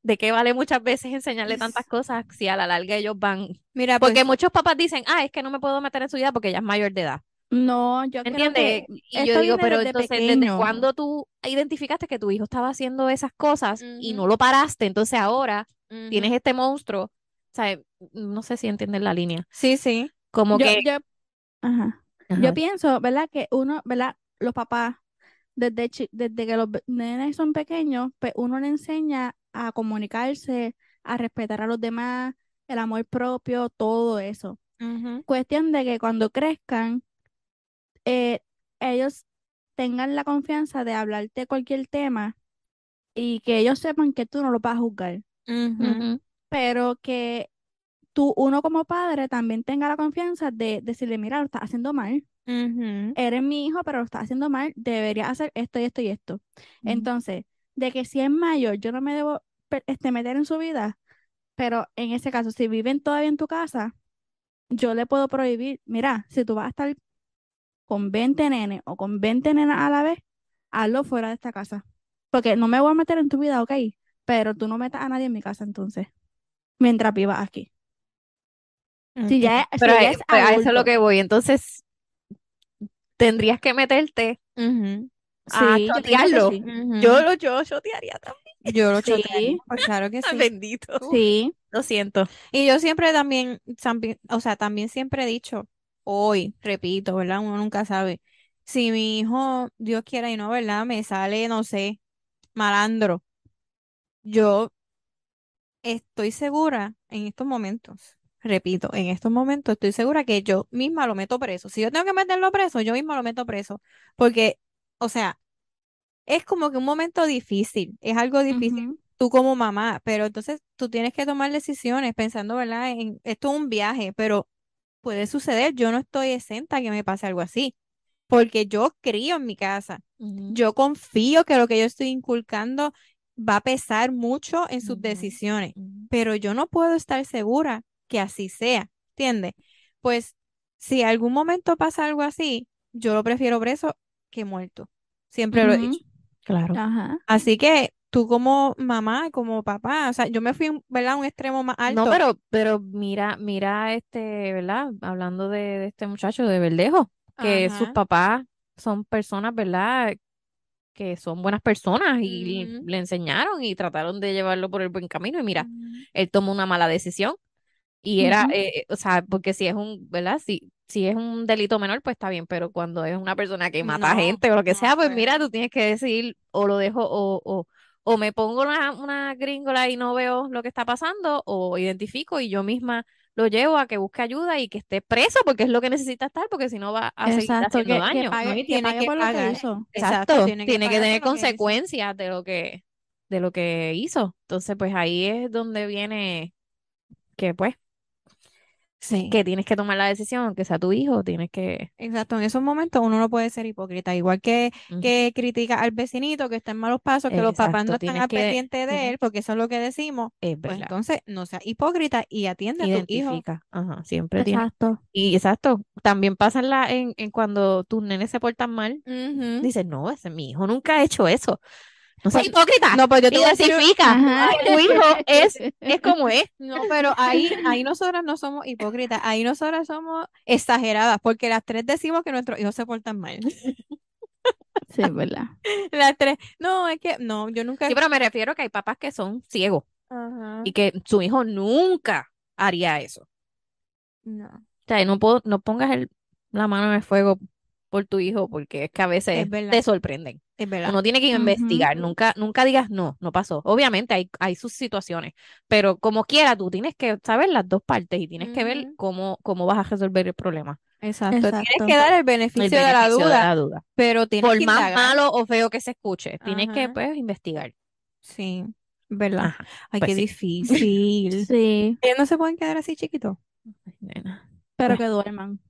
S2: de qué vale muchas veces enseñarle tantas cosas si a la larga ellos van?
S3: Mira, pues,
S2: Porque muchos papás dicen, ah, es que no me puedo meter en su vida porque ella es mayor de edad.
S4: No, yo creo
S2: ¿Entiendes?
S4: que
S2: Y yo
S4: esto
S2: digo,
S4: viene
S2: pero
S4: desde
S2: entonces, ¿desde
S4: pequeño.
S2: cuándo tú identificaste que tu hijo estaba haciendo esas cosas y
S3: Ujú.
S2: no lo paraste? Entonces ahora
S3: ujú.
S2: tienes este monstruo. O sea, no sé si entienden la línea.
S3: Sí, sí.
S2: Como
S4: Yo,
S2: que...
S4: yo, ajá.
S2: Ajá.
S4: Yo pienso, ¿verdad? Que uno, ¿verdad? Los papás, desde, chi- desde que los be- nenes son pequeños, pues uno le enseña a comunicarse, a respetar a los demás, el amor propio, todo eso.
S3: Ujú.
S4: Cuestión de que cuando crezcan, eh, ellos tengan la confianza de hablarte cualquier tema y que ellos sepan que tú no lo vas a juzgar,
S3: Ujú.
S4: pero que tú, uno como padre, también tenga la confianza de decirle, mira, lo estás haciendo mal.
S3: Ujú.
S4: eres mi hijo, pero lo estás haciendo mal, deberías hacer esto y esto y esto.
S2: Ujú.
S4: Entonces, de que si es mayor, yo no me debo pe- este, meter en su vida, pero en ese caso, si viven todavía en tu casa, yo le puedo prohibir, mira, si tú vas a estar con 20 nenes o con 20 nenas a la vez, hazlo fuera de esta casa. Porque no me voy a meter en tu vida, ok, pero tú no metas a nadie en mi casa entonces, mientras vivas aquí. Si ya, es-
S2: Pero
S4: si
S2: a-
S4: ya es
S2: pues a eso es lo
S4: adulto,
S2: que voy. Entonces, tendrías que meterte
S3: Ujú.
S2: a
S4: sí, yo pienso que
S2: chotearlo.
S4: sí.
S3: Ujú.
S2: Yo lo yo chotearía también. Ah,
S3: Yo lo
S4: Sí.
S3: chotearía, pues claro
S2: <laughs>
S3: que sí.
S2: Bendito.
S4: Sí.
S2: Lo siento.
S3: Y yo siempre también, también, o sea, también siempre he dicho, hoy, repito, ¿verdad? Uno nunca sabe. Si mi hijo, Dios quiera y no, ¿verdad? Me sale, no sé, malandro. Yo estoy segura en estos momentos, repito, en estos momentos estoy segura que yo misma lo meto preso. Si yo tengo que meterlo preso, yo misma lo meto preso. Porque, o sea, es como que un momento difícil, es algo difícil
S4: Ujú.
S3: tú como mamá, pero entonces tú tienes que tomar decisiones pensando, ¿verdad? En, esto es un viaje, pero puede suceder, yo no estoy exenta a que me pase algo así, porque yo crío en mi casa, yo confío que lo que yo estoy inculcando va a pesar mucho en sus
S2: Ujú.
S3: decisiones, pero yo no puedo estar segura que así sea, ¿entiendes? Pues si algún momento pasa algo así, yo lo prefiero preso que muerto, siempre lo he dicho.
S4: Ujú.
S2: Claro.
S4: Ajá.
S3: Así que tú como mamá, y como papá, o sea, yo me fui, un- ¿verdad? A un extremo más
S2: No,
S3: alto.
S2: pero, pero mira, mira este, ¿verdad? Hablando de, de este muchacho de Verdejo, que sus
S3: Ajá.
S2: papás son personas, ¿verdad? Que son buenas personas y
S3: Ujú.
S2: le enseñaron y trataron de llevarlo por el buen camino. Y mira,
S3: Ujú.
S2: él tomó una mala decisión y era,
S4: Ujú.
S2: eh, eh, o sea, porque si es un, ¿verdad? Si, si es un delito menor, pues está bien, pero cuando es una persona que mata
S3: No,
S2: gente o lo que
S3: no,
S2: sea, pues
S3: pues.
S2: mira, tú tienes que decidir o lo dejo o, o, o me pongo una, una gringola y no veo lo que está pasando o identifico y yo misma lo llevo a que busque ayuda y que esté preso porque es lo que necesita estar porque si no va a seguir
S4: Exacto,
S2: haciendo
S4: que, que
S2: daño.
S4: pague,
S3: No, y
S4: que
S3: tiene
S4: pague
S3: que
S4: por lo que
S3: pagar.
S4: hizo.
S3: Exacto,
S2: Exacto,
S3: tiene que
S2: tiene
S3: pagar por
S2: que tener
S3: lo que hizo.
S2: consecuencias de lo que, de lo que hizo. Entonces, pues ahí es donde viene que pues
S3: Sí.
S2: que tienes que tomar la decisión, aunque sea tu hijo, tienes que...
S3: Exacto, en esos momentos uno no puede ser hipócrita, igual que,
S2: Ujú.
S3: que critica al vecinito que está en malos pasos, que los papás no
S2: Exacto,
S3: están
S2: tienes
S3: al
S2: que...
S3: pendiente de
S2: tienes-
S3: él, porque eso es lo que decimos,
S2: es
S3: pues
S2: verdad,
S3: entonces no seas hipócrita y atiende a tus hijos.
S2: identifica, ajá, siempre tienes. <laughs>
S4: Exacto.
S2: Y exacto, también pasa en, la, en, en cuando tus nenes se portan mal,
S3: Ujú.
S2: dices, no, ese mi hijo nunca ha hecho eso. No seas
S3: Pues,
S2: hipócrita,
S3: no, pues yo te voy a decir,
S2: identifica,
S4: Ajá.
S2: tu <laughs> hijo es, es como es.
S3: No, pero ahí, ahí nosotras no somos hipócritas, ahí nosotras somos exageradas, porque las tres decimos que nuestros hijos se portan mal.
S4: <laughs>
S3: <laughs>
S2: <laughs>
S4: Sí, es verdad.
S3: Las tres, no, es que, no, yo nunca.
S2: Sí, pero me refiero que hay papás que son ciegos
S3: Ajá.
S2: y que su hijo nunca haría eso.
S3: No,
S2: O sea, no, puedo, no pongas el- la mano en el fuego por tu hijo porque es que a veces
S3: es verdad,
S2: te sorprenden.
S3: es verdad.
S2: Uno tiene que
S4: Ujú.
S2: investigar, nunca, nunca digas no, no pasó. Obviamente hay, hay sus situaciones, pero como quiera, tú tienes que saber las dos partes y tienes que ver
S3: Ujú.
S2: cómo, cómo vas a resolver el problema.
S3: Exacto, tienes que
S4: Exacto.
S3: dar el
S2: El
S3: beneficio de la
S2: beneficio de
S3: duda,
S2: la duda.
S3: pero tienes
S2: Por
S3: que
S2: más
S3: indagar.
S2: malo o feo que se escuche, tienes que
S3: Ajá.
S2: pues investigar.
S3: Sí, es verdad.
S2: Ajá,
S3: Ay,
S2: pues
S3: qué
S2: sí. <laughs>
S3: difícil.
S4: Sí,
S3: Ellos no se pueden quedar así chiquitos.
S2: Ay, nena.
S4: pero
S2: Pues,
S4: que duerman.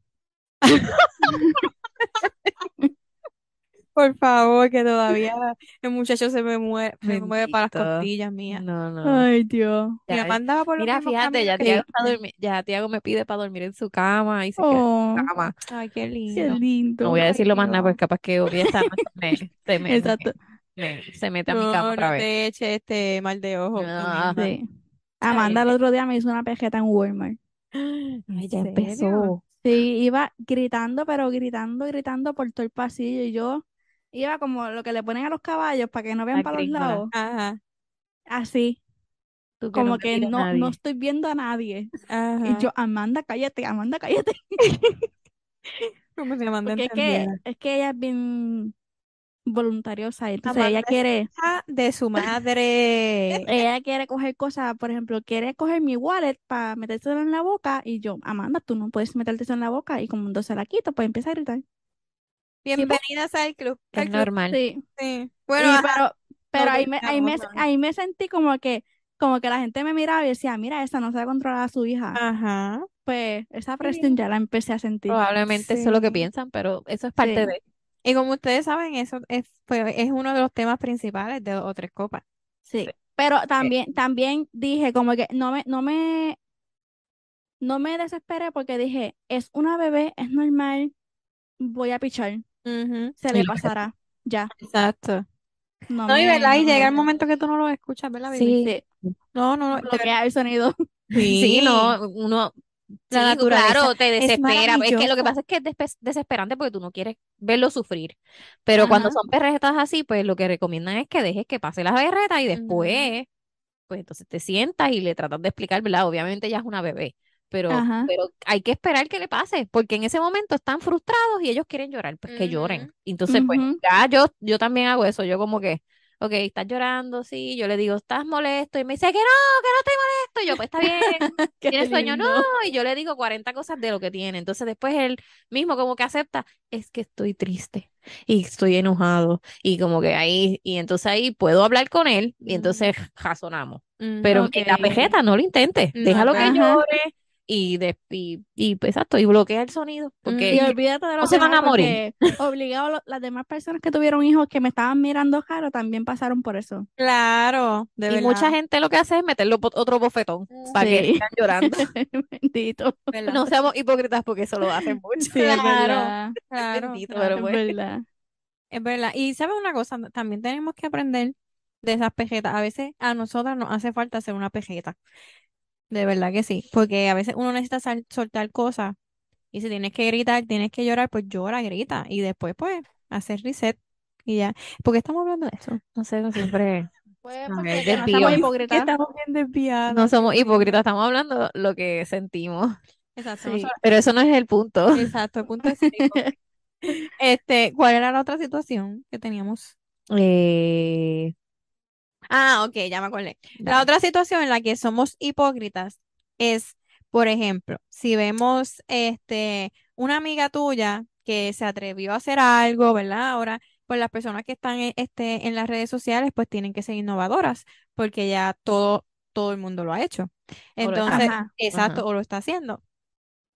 S3: Por favor, que todavía
S2: <laughs>
S3: el muchacho se me mueve, se me mueve para las
S2: bendito.
S3: costillas mías.
S2: No, no.
S4: Ay, Dios.
S3: Mi
S2: Ya,
S3: mamá andaba por los
S2: Mira,
S3: mismos caminos
S2: fíjate, ya
S3: que
S2: Tiago
S3: yo.
S4: Sí.
S2: está durmi- ya Tiago me pide para dormir en su cama y se queda en su
S4: Oh,
S2: cama.
S3: Ay, qué
S4: qué
S3: lindo.
S2: No voy
S4: lindo.
S2: a
S3: Ay,
S2: decirlo más nada,
S3: Dios.
S2: pues, porque capaz que hoy esta noche me, se me, me-
S4: <laughs> Exacto.
S2: me- se mete a mi cama
S3: No,
S2: otra
S3: no
S2: vez.
S3: te eches este mal de ojo tú
S2: Ah,
S3: misma.
S4: Sí.
S2: ay,
S4: Amanda el otro día me hizo una pejeta en Walmart.
S2: ay,
S3: ¿En
S2: ya
S3: serio?
S2: empezó.
S4: Sí, iba gritando, pero gritando, gritando por todo el pasillo. Y yo iba como lo que le ponen a los caballos para que no vean
S2: La
S4: para los
S2: gringola.
S4: lados.
S3: Ajá,
S4: Así.
S2: Tú que no
S4: como
S2: me
S4: que
S2: mira
S4: no, no
S2: nadie.
S4: estoy viendo a nadie. Y
S3: ajá.
S4: yo, Amanda, cállate, Amanda, cállate.
S3: Como si Amanda
S4: Porque es que,
S3: entendiera.
S4: es que ella es bien, voluntariosa. y Entonces
S3: Amanda
S4: ella
S3: es-
S4: quiere,
S3: hija Ah, de su
S4: <laughs>
S3: madre.
S4: ella quiere coger cosas, por ejemplo, quiere coger mi wallet para metérselo en la boca y yo, Amanda, tú no puedes meterte eso en la boca y como entonces la quito, pues empieza a gritar.
S3: Bienvenidas al club. al
S2: Es
S3: club,
S2: normal.
S4: Sí.
S3: sí.
S4: Y
S3: Bueno, ajá,
S4: pero, pero ahí me, ahí me,
S3: terminamos, ¿no?
S4: ahí me sentí como que, como que la gente me miraba y decía, mira, esa no sabe controlar a su
S3: Ah.
S4: hija.
S3: ajá.
S4: Pues esa presión ya la empecé a sentir.
S2: Probablemente eso es lo que
S3: Sí.
S2: piensan, pero eso es parte
S4: Sí.
S2: de.
S3: Y como ustedes saben, eso es, fue- es uno de los temas principales de O Tres Copas.
S4: Sí. Pero
S2: Eh,
S4: también, también dije como que no me, no me, no me desesperé porque dije, es una bebé, es normal, voy a pichar, se le
S2: Y lo que-
S4: pasará, ya.
S3: Exacto.
S4: No
S3: No, y
S4: me-
S3: verdad, y
S4: no
S3: llega el
S4: me-
S3: momento que tú no lo escuchas, ¿verdad, baby?
S4: Sí,
S3: No, no, no, de
S4: bloquea el sonido.
S3: verdad.
S2: <laughs> Sí, no, uno.
S3: La
S2: sí,
S3: naturaleza
S2: claro, te
S3: es
S2: desespera. Es que lo
S3: maravillosa.
S2: que pasa es que es despe- desesperante porque tú no quieres verlo sufrir. Pero cuando
S4: Ajá.
S2: son perretas así, pues lo que recomiendan es que dejes que pase la berreta y
S3: Ujú.
S2: después, pues entonces te sientas y le tratas de explicar, ¿verdad? Obviamente ya es una bebé, pero,
S4: Ajá.
S2: pero hay que esperar que le pase, porque en ese momento están frustrados y ellos quieren llorar, pues que lloren.
S3: Ujú.
S2: Entonces, pues
S4: Ujú.
S2: ya yo, yo también hago eso, yo como que, ok, estás llorando, sí, yo le digo, estás molesto y me dice que no, que no estoy molesto, y yo, pues está bien.
S4: <laughs> Qué
S2: Tiene sueño,
S4: lindo.
S2: no, y yo le digo 40 cosas de lo que tiene. Entonces después él mismo como que acepta, es que estoy triste y estoy enojado y como que ahí, y entonces ahí puedo hablar con él y entonces razonamos.
S3: Ujú.
S2: Pero en la
S4: Ok.
S2: pejeta no lo intentes,
S3: No,
S2: déjalo que
S4: ajá.
S2: llore y, des- y, y, pues, exacto, y bloquea el sonido. Porque
S4: Y olvídate de
S2: no
S4: los
S2: se van
S4: demás
S2: a morir.
S4: porque obligado lo- las demás personas que tuvieron hijos que me estaban mirando raro también pasaron por eso. <laughs>
S3: Claro, de
S2: y mucha
S3: verdad.
S2: gente lo que hace es meterle po- otro bofetón para que
S4: Sí.
S2: sigan llorando.
S4: Bendito.
S3: ¿verdad?
S2: No seamos hipócritas porque eso lo hacen mucho.
S4: Sí, es
S3: Claro,
S4: verdad.
S3: Claro,
S2: Bendito,
S3: claro.
S2: pero
S4: Es
S2: bueno.
S4: verdad.
S3: Es verdad. Y sabes una cosa, No- también tenemos que aprender de esas pejetas. A veces a nosotras nos hace falta hacer una pejeta. De verdad que sí. Porque a veces uno necesita sal- soltar cosas. Y si tienes que gritar, tienes que llorar, pues llora, grita. Y después, pues, hacer reset. Y ya. ¿Por qué estamos hablando de eso?
S2: No sé, siempre.
S4: Pues
S2: A
S4: porque
S2: ver,
S4: que no
S2: desvío.
S4: estamos hipócritas.
S3: Estamos bien desviadas.
S2: No somos hipócritas, estamos hablando lo que sentimos.
S3: Exacto,
S4: Sí.
S2: Pero eso no es el punto.
S3: nosotras- Exacto, el punto es hipócrita. Este, ¿cuál era la otra situación que teníamos?
S2: Eh,
S3: Ah, ok, ya me acordé. La otra situación en la que somos hipócritas es, por ejemplo, si vemos este una amiga tuya que se atrevió a hacer algo, ¿verdad? Ahora, pues las personas que están en, este, en las redes sociales, pues tienen que ser innovadoras, porque ya todo, todo el mundo lo ha hecho.
S2: O lo está
S3: Entonces,
S4: Ajá.
S3: exacto, o lo está haciendo.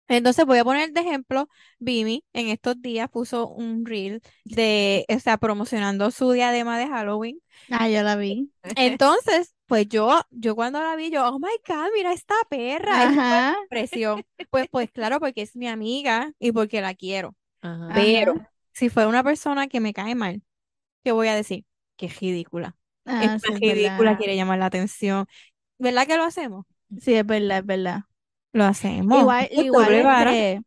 S3: Entonces voy a poner de ejemplo, Vimi en estos días puso un reel de, o sea, promocionando su diadema de Halloween.
S4: Ah, yo la vi.
S3: Entonces, pues yo, yo cuando la vi, yo, oh my God, mira esta perra, esa
S4: Ajá.
S3: expresión. Pues, pues claro, porque es mi amiga y porque la quiero.
S2: Ajá.
S4: Ajá.
S3: Pero si fue una persona que me cae mal, ¿qué voy a decir? Qué ridícula. Es
S4: Ah, sí, es
S3: ridícula,
S4: verdad.
S3: quiere llamar la atención. ¿Verdad que lo hacemos?
S4: Sí, es verdad, es verdad.
S3: Lo hacemos.
S4: Igual,
S3: Esto es
S4: igual,
S3: doble vara.
S4: este,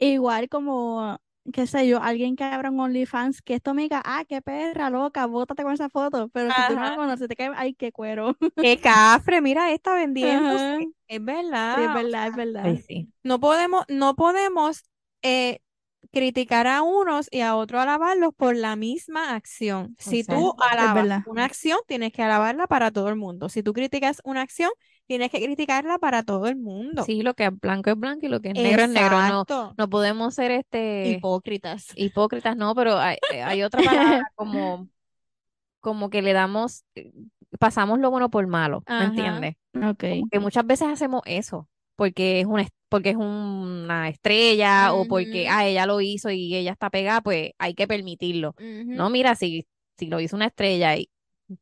S4: igual como, qué sé yo, alguien que abra un OnlyFans, que esto me diga, ah, qué perra, loca, bótate con esa foto. Pero si tú no
S3: Ajá.
S4: la conoces, te cae, ay, qué cuero. <laughs>
S3: Qué cafre, mira esta
S4: este Ajá.
S3: vendiéndose. Es
S4: Sí, es
S3: verdad.
S4: verdad, es verdad.
S3: pues,
S2: Ay, sí.
S3: No podemos, no podemos eh, criticar a unos y a otros alabarlos por la misma acción. Si tú
S2: Exacto,
S4: es
S3: alabas
S4: verdad.
S3: una acción, tienes que alabarla para todo el mundo. Si tú criticas una acción, tienes que criticarla para todo el mundo.
S2: Sí, lo que es blanco es blanco y lo que es negro es negro. No,
S3: Exacto.
S2: no podemos ser este
S3: Hipócritas.
S2: hipócritas, no, pero hay, eh,
S3: <laughs>
S2: hay otra palabra como, como que le damos, eh, pasamos lo bueno por malo, ¿me
S3: Ajá.
S2: entiendes?
S4: Ok.
S2: como que muchas veces hacemos eso porque es una est- porque es una estrella o porque
S3: Ujú.
S2: ah ella lo hizo y ella está pegada pues hay que permitirlo no
S3: Ujú.
S2: mira si si lo hizo una estrella y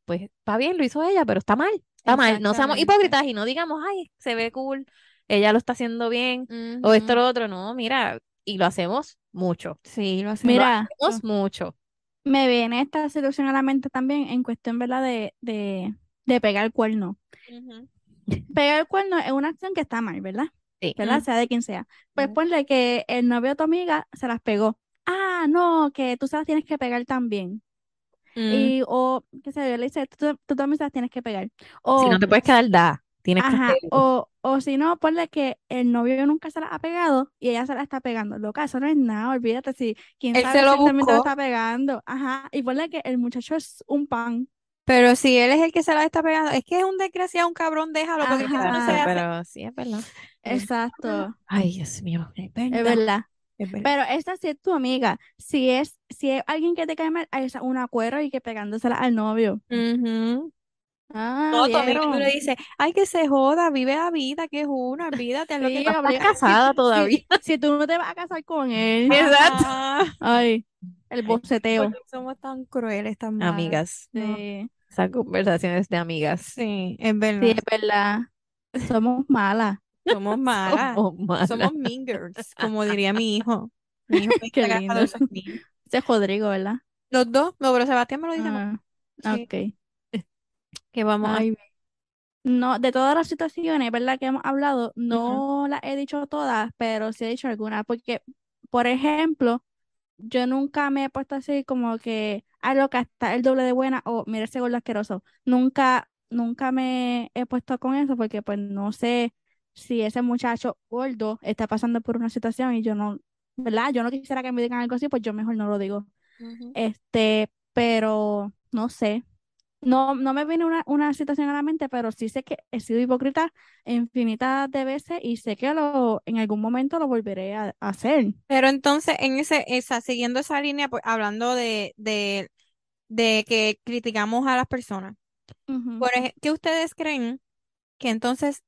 S2: pues está bien lo hizo ella pero está mal está mal no seamos
S3: Exactamente.
S2: hipócritas y no digamos ay se ve cool ella lo está haciendo bien o esto
S3: Ujú.
S2: lo otro no mira y lo hacemos mucho
S3: Sí, lo hacemos.
S4: Mira,
S2: lo hacemos mucho
S4: me viene esta situación a la mente también en cuestión, ¿verdad? De, de, de pegar el cuerno.
S3: Ujú.
S4: Pegar el cuerno es una acción que está mal, ¿verdad?
S2: Sí.
S4: ¿Verdad? Sea de quien sea. Pues
S3: Mm. Ujú.
S4: ponle que el novio de tu amiga se las pegó. Ah, no, que tú se las tienes que pegar también.
S3: Mm.
S4: Y, o, qué sé yo, le dice, tú, tú también se las tienes que pegar.
S2: si
S4: O,
S2: no te puedes quedar da Tienes que
S4: Ajá,
S2: hacerlo.
S4: o, o si no, ponle que el novio nunca se la ha pegado y ella se la está pegando. Loca, eso no es nada, olvídate si quién
S3: Él
S4: sabe
S3: se lo
S4: exactamente la
S3: buscó.
S4: está pegando. Ajá, y ponle que el muchacho es un pan.
S3: Pero si él es el que se la está pegando, es que es un desgraciado, un cabrón, déjalo, porque es que eso no se
S4: Ajá.
S2: Ah,
S3: hace.
S2: pero sí, es verdad.
S3: <laughs>
S4: Exacto,
S2: Ay, Dios mío. Es
S4: es
S2: verdad.
S4: verdad.
S2: es verdad.
S4: Pero esta sí es tu amiga. Si es, si es alguien que te cae mal, ahí está un acuerdo y que pegándosela al novio.
S3: Ujú.
S4: Ah,
S3: No, tu amiga tú
S4: ¿vieron?
S3: le dices, ay, que se joda, vive la vida, que es una, olvídate, haz lo que
S4: Sí,
S3: tú
S4: obligado.
S3: <laughs>
S4: Si
S2: casada
S4: tú- <laughs> si-
S2: todavía.
S4: Si, tú no te vas a casar con él.
S3: quieras".
S2: Exacto.
S3: Ajá.
S4: Ay, pues, el
S2: Ay,
S4: boceteo.
S3: ¿Por qué Ah, somos tan crueles, tan malas?
S2: Amigas.
S3: no.
S4: Sí.
S2: Esas conversaciones de amigas.
S3: Sí, es
S4: Sí,
S3: verdad.
S4: es verdad. Somos malas.
S3: <laughs> Somos malas.
S2: Somos malas.
S3: Somos mean girls, como diría mi hijo. Mi hijo <laughs> me
S4: Qué
S3: está agarrado de
S4: lindo.
S3: esos mean.
S4: Ese es Rodrigo, ¿verdad?
S3: Los dos, no, pero Sebastián me lo dice más.
S4: Ah,
S3: Sí. Ah,
S4: ok.
S3: Que vamos a...
S4: Ay, No, de todas las situaciones, ¿verdad? Que hemos hablado, no las he dicho todas, pero sí he dicho algunas, porque, por ejemplo, yo nunca me he puesto así como que, ah, loca, está el doble de buena o mira ese gordo asqueroso. Nunca, nunca me he puesto con eso porque pues no sé si ese muchacho gordo está pasando por una situación y yo no, ¿verdad? Yo no quisiera que me digan algo así, pues yo mejor no lo digo.
S3: Ujú.
S4: Este, pero no sé. No, no me viene una, una situación a la mente, pero sí sé que he sido hipócrita infinitas de veces y sé que lo, en algún momento lo volveré a, a hacer.
S3: Pero entonces, en ese, esa, siguiendo esa línea, pues, hablando de, de, de que criticamos a las personas,
S4: Ujú.
S3: por ej- ¿qué ustedes creen que entonces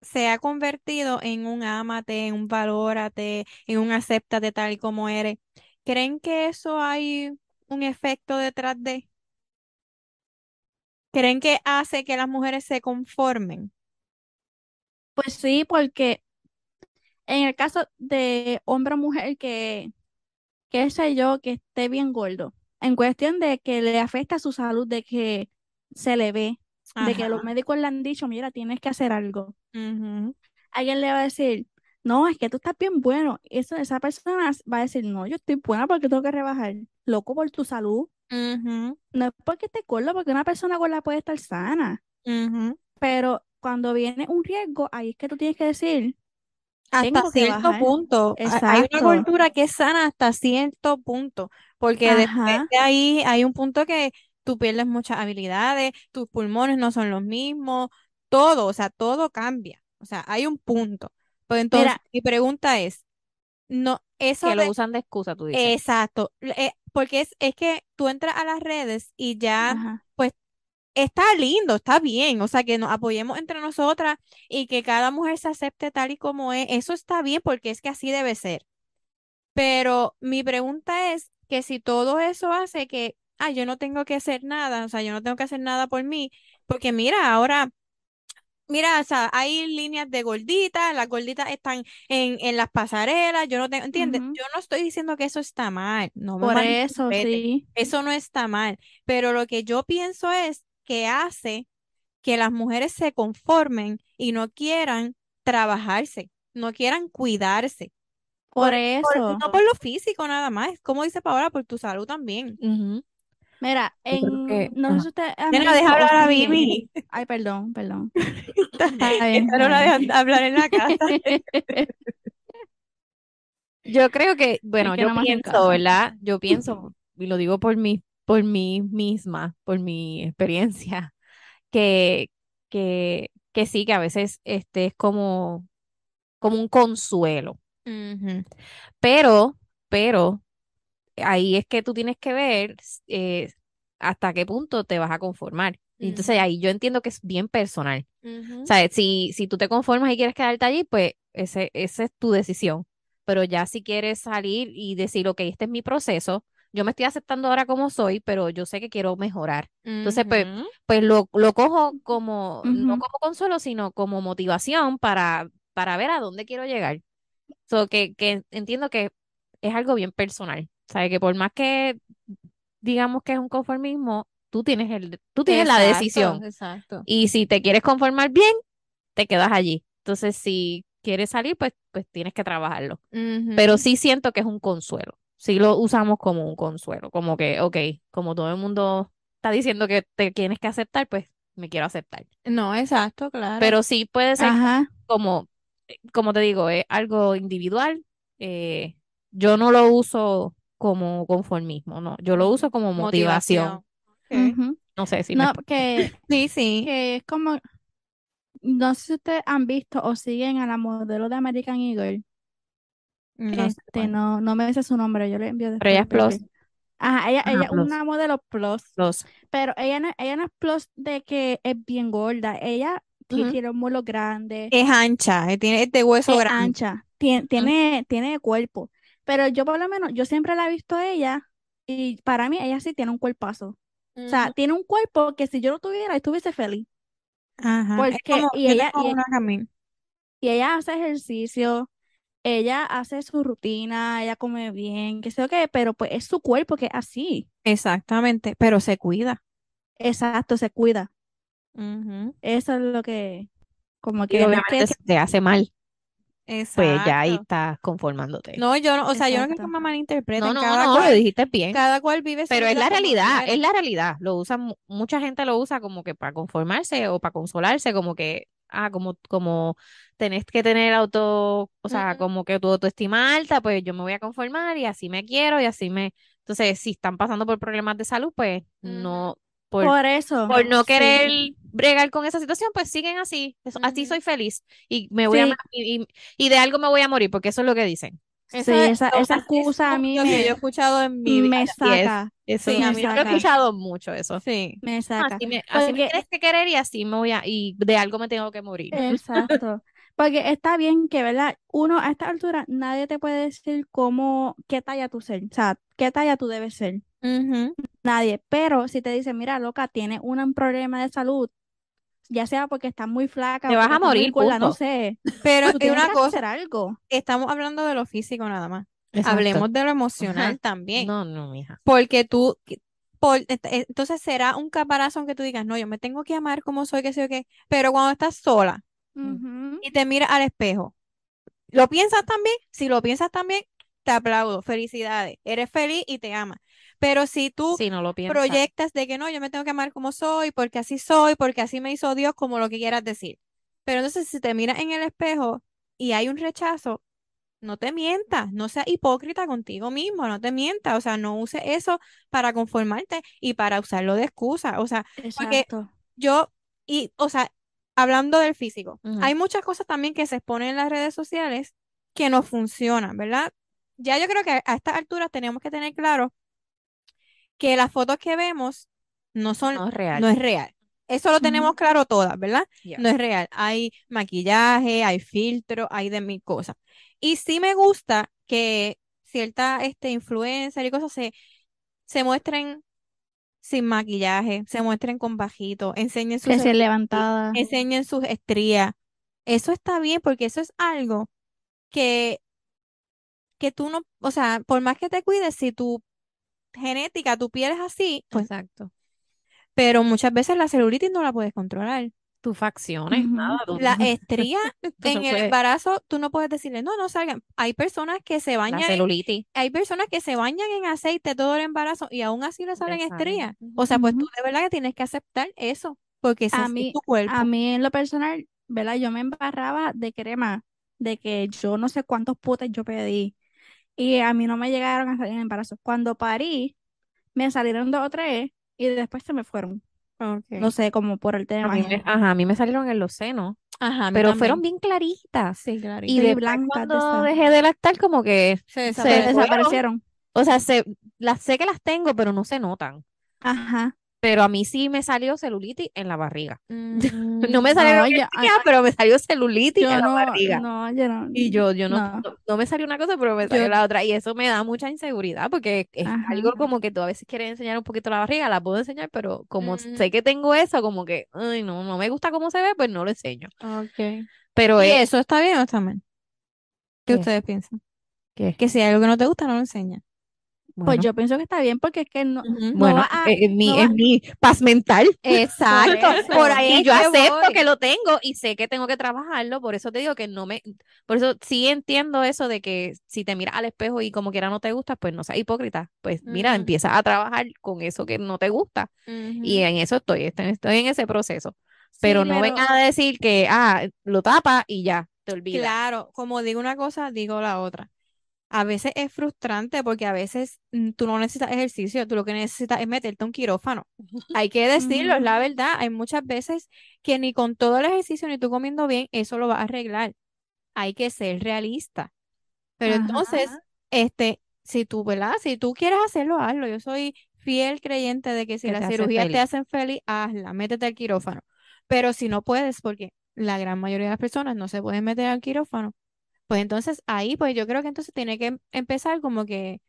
S3: se ha convertido en un ámate, en un valórate, en un acéptate tal y como eres? ¿Creen que eso hay un efecto detrás de? ¿Creen que hace que las mujeres se conformen?
S4: Pues sí, porque en el caso de hombre o mujer que, qué sé yo, que esté bien gordo, en cuestión de que le afecta su salud, de que se le ve, de que
S3: Ajá.
S4: los médicos le han dicho, mira, tienes que hacer algo.
S3: Ujú.
S4: alguien le va a decir, no, es que tú estás bien bueno. Eso, esa persona va a decir, no, yo estoy buena porque tengo que rebajar. Loco por tu salud.
S3: Ujú.
S4: No es porque estés gordo, porque una persona gorda puede estar sana.
S3: Ujú.
S4: Pero cuando viene un riesgo, ahí es que tú tienes que decir,
S3: Hasta
S4: Tengo que
S3: cierto
S4: bajar.
S3: punto. Ha- Hay una
S4: Exacto.
S3: cultura que es sana hasta cierto punto, porque después
S4: Ajá.
S3: de ahí hay un punto que tú pierdes muchas habilidades, tus pulmones no son los mismos, todo, o sea, todo cambia. O sea, hay un punto. Pues entonces,
S4: Mira.
S3: mi pregunta es, no, eso
S2: Que
S3: de
S2: lo usan de excusa, tú dices.
S3: Exacto, l- eh, porque es, es que tú entras a las redes y ya
S4: ajá.
S3: está lindo, está bien, o sea, que nos apoyemos entre nosotras y que cada mujer se acepte tal y como es, eso está bien porque es que así debe ser. Pero mi pregunta es que si todo eso hace que, ah, yo no tengo que hacer nada, o sea, yo no tengo que hacer nada por mí, porque mira, ahora... Mira, o sea, hay líneas de gorditas, las gorditas están en, en las pasarelas, yo no tengo, ¿entiendes?
S4: Ujú.
S3: Yo no estoy diciendo que eso está mal, no me
S4: Por eso,
S3: malinterpretes,
S4: sí.
S3: eso no está mal, pero lo que yo pienso es que hace que las mujeres se conformen y no quieran trabajarse, no quieran cuidarse,
S4: Por
S3: por-
S4: eso.
S3: no por lo físico nada más, como dice Paola, por tu salud también.
S2: Ujú.
S4: Mira,
S2: Yo creo que-
S4: en, no sé
S2: ah.
S4: si ustedes han
S3: Nena, deja
S4: visto o
S3: hablar a
S4: siguen-
S2: <laughs>
S3: Bibi.
S4: Ay,
S3: <laughs>
S4: perdón, perdón.
S3: Esta
S4: Está bien,
S3: esta no la dejan hablar en la casa.
S4: está bien.
S2: <laughs> Yo creo que, bueno,
S4: que
S2: yo
S4: no me hacen
S2: pienso,
S4: caso.
S2: ¿verdad? Yo pienso, y lo digo por mí, por mí misma, por mi experiencia, que, que, que sí, que a veces este es como, como un consuelo.
S3: Ujú.
S2: Pero, pero, ahí es que tú tienes que ver eh, hasta qué punto te vas a conformar. Y Entonces ahí yo entiendo que es bien personal. O
S3: Ujú.
S2: sea, si, si tú te conformas y quieres quedarte allí, pues ese, esa es tu decisión. Pero ya si quieres salir y decir, ok, este es mi proceso, yo me estoy aceptando ahora como soy, pero yo sé que quiero mejorar. Entonces, pues,
S3: Ujú.
S2: pues lo, lo cojo como, no
S4: Ujú.
S2: como consuelo, sino como motivación para, para ver a dónde quiero llegar. So, que, que entiendo que es algo bien personal. ¿Sabes? Que por más que digamos que es un conformismo, tú tienes el, tú tienes la decisión.
S3: Exacto, exacto.
S2: Y si te quieres conformar bien, te quedas allí. Entonces, si quieres salir, pues, pues tienes que trabajarlo. Pero
S3: Ujú.
S2: sí siento que es un consuelo. Sí lo usamos como un consuelo. Como que, ok, como todo el mundo está diciendo que te tienes que aceptar, pues me quiero aceptar.
S3: No, exacto, claro.
S2: Pero sí puede ser
S4: Ajá.
S2: como, como te digo, es algo individual. eh, yo no lo uso como conformismo, no, yo lo uso como motivación.
S3: Ok.
S4: ujú.
S2: No sé si me
S4: No,
S2: explico.
S4: que,
S3: Sí, sí.
S4: que es como, no sé si ustedes han visto o siguen a la modelo de American Eagle.
S3: No sé
S4: Este, no, no me dice su nombre, yo le envío
S2: Pero ella
S4: después
S2: es
S4: el perfil. Ajá, ella,
S2: Ajá,
S4: ella es
S2: plus.
S4: una modelo plus,
S2: Los-
S4: pero ella no, ella no es plus de que es bien gorda, ella sí
S3: Ujú.
S4: tiene un muslo grande,
S3: Es ancha, eh, tiene este hueso
S4: es
S3: grande.
S4: ancha, tien- tiene, tiene cuerpo, pero yo por lo menos, yo siempre la he visto a ella y para mí ella sí tiene un cuerpazo. O sea, tiene un cuerpo que si yo lo tuviera, estuviese feliz.
S3: Ajá. Es
S4: porque-
S3: como-
S4: y
S3: yo
S4: ella-
S3: tengo
S4: y-
S3: una Jamil.
S4: Y ella hace ejercicio, ella hace su rutina, ella come bien, qué sé yo qué, pero pues es su cuerpo que es así.
S3: Exactamente, pero se cuida.
S4: Exacto, se cuida.
S3: Ujú.
S4: Eso es lo que, como
S2: y
S4: que no es que-
S2: obviamente si te hace mal, pues ya ahí
S3: Exacto.
S2: estás conformándote.
S3: No, yo no, o sea, yo no quiero que
S4: Exacto.
S3: me malinterpreten.
S2: No, no,
S3: Cada
S2: no, lo
S3: cual,
S2: dijiste bien.
S3: cada cual vive su
S2: Pero es
S3: vida
S2: la
S3: como
S2: realidad,
S3: quiere.
S2: es la realidad. Lo usan, mu- mucha gente lo usa como que para conformarse o para consolarse, como que, ah, como, como tenés que tener auto, o sea,
S3: Ujú.
S2: como que tu autoestima alta, pues yo me voy a conformar y así me quiero y así me. Entonces, si están pasando por problemas de salud, pues
S3: Ujú.
S2: no, por,
S4: por eso,
S2: por no
S4: sí.
S2: querer bregar con esa situación, pues siguen así. Eso- Así
S3: Ujú.
S2: soy feliz y me voy a,
S4: Sí.
S2: ma- y, y- y de algo me voy a morir, porque eso es lo que dicen.
S4: Sí,
S3: Esa-
S4: esa,
S3: lo
S4: esa
S3: más
S4: excusa a mí
S3: estúpido que yo
S4: me,
S3: he escuchado en mi vida.
S4: me saca,
S2: Eso
S3: Sí, a
S4: me
S3: mí
S2: yo lo he
S4: saca,
S2: escuchado mucho eso.
S3: <laughs> Sí.
S4: me saca.
S2: Así me, así me
S4: Porque-
S2: tienes Pues que querer y así me voy a, y de algo me tengo que morir.
S4: Exacto. Porque está bien que, ¿verdad? Uno a esta altura nadie te puede decir cómo, qué talla tú ser, o sea, qué talla tú debes ser.
S3: Ujú.
S4: Nadie. Pero si te dicen, mira, loca, tienes un problema de salud, ya sea porque estás muy flaca
S2: Te
S4: o
S2: vas
S4: porque
S2: a
S4: estás muy
S2: morir,
S4: gorda, no
S2: punto.
S4: sé.
S3: Pero
S4: Tú
S3: es
S4: tienes
S3: una
S4: que
S3: cosa,
S4: hacer algo.
S3: estamos hablando de lo físico nada más.
S2: Exacto.
S3: Hablemos de lo emocional también.
S2: No, no, mija.
S3: Porque tú, que- por- ent- eh, entonces será un caparazón que tú digas, no, yo me tengo que amar como soy, que sé yo qué. Pero cuando estás sola
S4: Ujú.
S3: y te miras al espejo, ¿lo piensas también? Si lo piensas también, te aplaudo, felicidades, eres feliz y te amas. Pero si tú
S2: Si no lo piensas.
S3: proyectas de que no, yo me tengo que amar como soy, porque así soy, porque así me hizo Dios, como lo que quieras decir. Pero entonces si te miras en el espejo y hay un rechazo, no te mientas, no seas hipócrita contigo mismo, no te mientas, o sea, no uses eso para conformarte y para usarlo de excusa, o sea, porque
S4: Exacto.
S3: yo, y, o sea, hablando del físico,
S2: Ujú.
S3: hay muchas cosas también que se exponen en las redes sociales que no funcionan, ¿verdad? Ya yo creo que a estas alturas tenemos que tener claro que las fotos que vemos no son,
S2: No es real.
S3: no es real. Eso lo
S4: Ujú.
S3: tenemos claro todas, ¿verdad?
S2: Ya.
S3: No es real. Hay maquillaje, hay filtro, hay de mil cosas. Y sí me gusta que cierta este, influencer y cosas se, se muestren sin maquillaje, se muestren con bajito, enseñen sus
S4: Que si es levantada.
S3: enseñen sus estrías. Eso está bien porque eso es algo que, que tú no, o sea, por más que te cuides, si tu genética, tu piel es así, pues,
S2: Exacto.
S3: pero muchas veces la celulitis no la puedes controlar.
S2: Tus facciones,
S4: Ujú.
S2: nada, tú- <laughs>
S3: La estría
S2: tú no
S3: en el
S2: puedes-
S3: embarazo, tú no puedes decirle, no, no salgan. Hay personas que se
S2: la
S3: bañan, en-
S2: celulitis.
S3: hay personas que se bañan en aceite todo el embarazo y aún así le salen
S2: Le salen.
S3: estrías.
S2: Ujú.
S3: O sea, pues
S4: Ujú.
S3: tú de verdad que tienes que aceptar eso, porque es
S4: A
S3: así
S4: mí,
S3: tu
S4: a
S3: cuerpo.
S4: mí en lo personal, ¿verdad? Yo me embarraba de crema, de que yo no sé cuántos putes yo pedí y a mí no me llegaron a salir en embarazo. Cuando parí, me salieron dos o tres y después se me fueron. No
S3: Okay.
S4: sé, como por el
S2: A
S4: tema.
S2: mí me- ajá, a mí me salieron en los senos,
S3: Ajá, a mí
S2: pero
S3: también.
S2: fueron bien claritas.
S3: Sí, claro.
S2: Y
S4: Sí,
S2: después
S4: blancas de
S2: cuando
S4: esas.
S2: dejé de lactar, como que
S3: Se
S4: Se
S2: se
S3: desapareció.
S4: <laughs> desaparecieron.
S2: O sea, se, las sé que las tengo, pero no se notan.
S4: Ajá.
S2: Pero a mí sí me salió celulitis en la barriga. <laughs> No
S3: Mm,
S2: me salió
S4: No, yo, a-
S2: pero me salió celulitis
S4: yo
S2: en la
S4: no,
S2: barriga.
S4: no, yo no,
S2: Y yo, yo no,
S4: no.
S2: no, no me salió una cosa, pero me salió
S3: Yo-
S2: la otra. Y eso me da mucha inseguridad porque es
S4: Ajá.
S2: algo como que tú a veces quieres enseñar un poquito la barriga, la puedo enseñar, pero como
S3: Mm.
S2: sé que tengo eso, como que, ay, no, no me gusta cómo se ve, pues no lo enseño.
S3: Okay.
S2: Pero
S3: ¿Y
S2: es...
S3: eso está bien o está mal? ¿Qué
S2: ¿Qué?
S3: ustedes piensan?
S2: ¿Qué?
S3: Que si hay algo que no te gusta, no lo enseñas.
S2: Bueno,
S4: Pues yo pienso que está bien porque es que no.
S3: Ujú.
S2: bueno,
S4: va a-
S2: eh, eh, mi,
S4: no va-
S2: es mi paz <laughs> mental.
S3: Exacto.
S2: <laughs>
S4: Por eso.
S2: Por ahí
S3: es
S2: yo
S3: que
S2: acepto
S3: voy.
S2: que lo tengo y sé que tengo que trabajarlo, por eso te digo que no me, por eso sí entiendo eso de que si te miras al espejo y como quiera no te gusta, pues no seas hipócrita, pues mira,
S3: Ujú.
S2: empieza a trabajar con eso que no te gusta y en eso estoy, estoy, estoy en ese proceso, pero no vengas a decir que, ah, lo tapa y ya, te olvidas.
S3: Claro, como digo una cosa, digo la otra. A veces es frustrante porque a veces mm, tú no necesitas ejercicio, tú lo que necesitas es meterte a un
S4: <laughs>
S3: quirófano. Hay que decirlo, es la
S4: Ujú.
S3: verdad. Hay muchas veces que ni con todo el ejercicio ni tú comiendo bien, eso lo vas a arreglar. Hay que ser realista. Pero
S4: Ajá.
S3: entonces, este, si tú, ¿verdad? Si tú quieres hacerlo, hazlo. Yo soy fiel creyente de que si
S2: Que
S3: las
S2: te hace
S3: cirugías te
S2: feliz.
S3: hacen feliz, hazla, métete al quirófano. Pero si no puedes, porque la gran mayoría de las personas no se pueden meter al quirófano, pues entonces ahí, pues yo creo que entonces tiene que em- empezar como que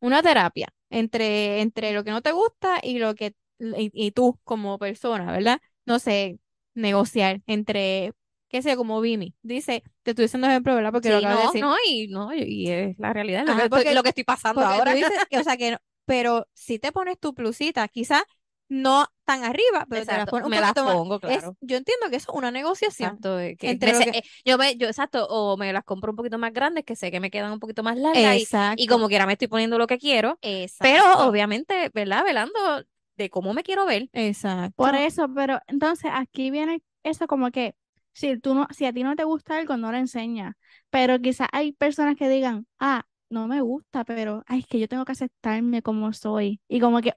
S3: una terapia entre, entre lo que no te gusta y lo que y, y tú como persona, ¿verdad? No sé, negociar entre, qué sé, como Vimi. Dice, te estoy diciendo ejemplo, ¿verdad? Porque lo
S2: Sí,
S3: acabas de
S2: no,
S3: decir.
S2: no, y no, y- y es la realidad, lo,
S3: Ajá,
S2: que estoy,
S3: porque-
S2: lo que estoy pasando
S3: Porque tú
S2: ahora.
S3: dices
S2: <laughs>
S3: que, o sea, que no- pero si te pones tu plusita, quizás no tan arriba, pero te las
S2: Exacto,
S3: pones un
S2: me las
S3: poquito más.
S2: pongo,
S3: Es,
S2: claro.
S3: yo entiendo que eso es una negociación.
S2: Exacto, eh, que
S3: entre
S2: me
S3: lo
S2: sé-
S3: que-
S2: eh, yo me, yo exacto, o me las compro un poquito más grandes, que sé que me quedan un poquito más largas y,
S3: Exacto.
S2: y como quiera me estoy poniendo lo que quiero, pero
S3: Exacto.
S2: obviamente, ¿verdad? Velando de cómo me quiero ver.
S3: Exacto.
S4: Por eso, pero entonces aquí viene eso como que si tú no, si a ti no te gusta algo, no lo enseñas. Pero quizás hay personas que digan, ah, no me gusta, pero ay, es que yo tengo que aceptarme como soy. Y como que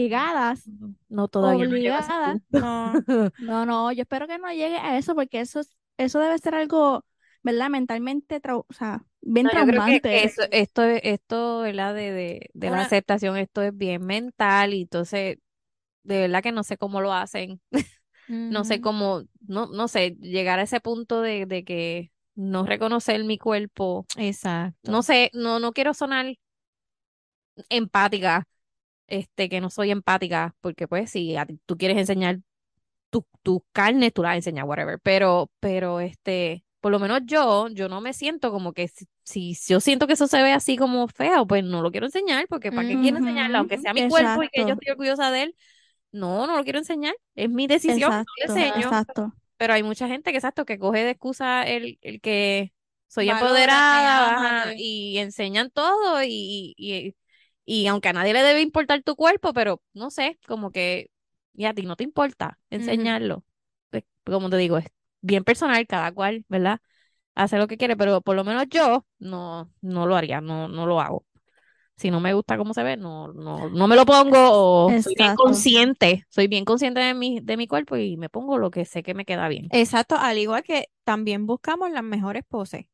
S4: obligadas,
S2: No, todavía no llego a ese
S4: obligadas.
S2: punto.
S3: No.
S4: No, no, yo espero que no llegue a eso, porque eso, es- eso debe ser algo, ¿verdad? Mentalmente, trau- o sea, bien
S2: No, yo creo que, que
S4: traumante.
S2: eso- esto, es- esto, ¿verdad? De, de, de la
S3: Una-
S2: aceptación, esto es bien mental y entonces, de verdad que no sé cómo lo hacen, <laughs> no sé
S3: Ujú.
S2: cómo, no, no sé, llegar a ese punto de, de que no reconocer mi cuerpo.
S3: Exacto.
S2: no sé, no, no quiero sonar empática, este, que no soy empática, porque pues si a ti- tú quieres enseñar tu- tus carnes, tú las enseñas, whatever, pero, pero este, por lo menos yo, yo no me siento como que si, si yo siento que eso se ve así como feo, pues no lo quiero enseñar, porque ¿para qué quiero enseñarlo? Aunque
S4: Ujú,
S2: sea mi cuerpo y que yo
S4: Exacto,
S2: estoy orgullosa de él, no, no lo quiero enseñar, es mi decisión, no lo
S4: exacto,
S2: enseño.
S4: exacto.
S2: Pero hay mucha gente que, exacto, que coge de excusa el, el que soy
S3: Valórate,
S2: empoderada, ajá,
S3: ámate.
S2: y enseñan todo y, y, y, y aunque a nadie le debe importar tu cuerpo, pero no sé, como que, y a ti no te importa enseñarlo. Pues, como te digo, es bien personal, cada cual, ¿verdad? Hace lo que quiere, pero por lo menos yo no, no lo haría, no, no lo hago. Si no me gusta cómo se ve, no, no, no me lo pongo o soy bien
S4: Exacto.
S2: consciente, soy bien consciente de mi, de mi cuerpo y me pongo lo que sé que me queda bien.
S3: Exacto, al igual que también buscamos las mejores poses.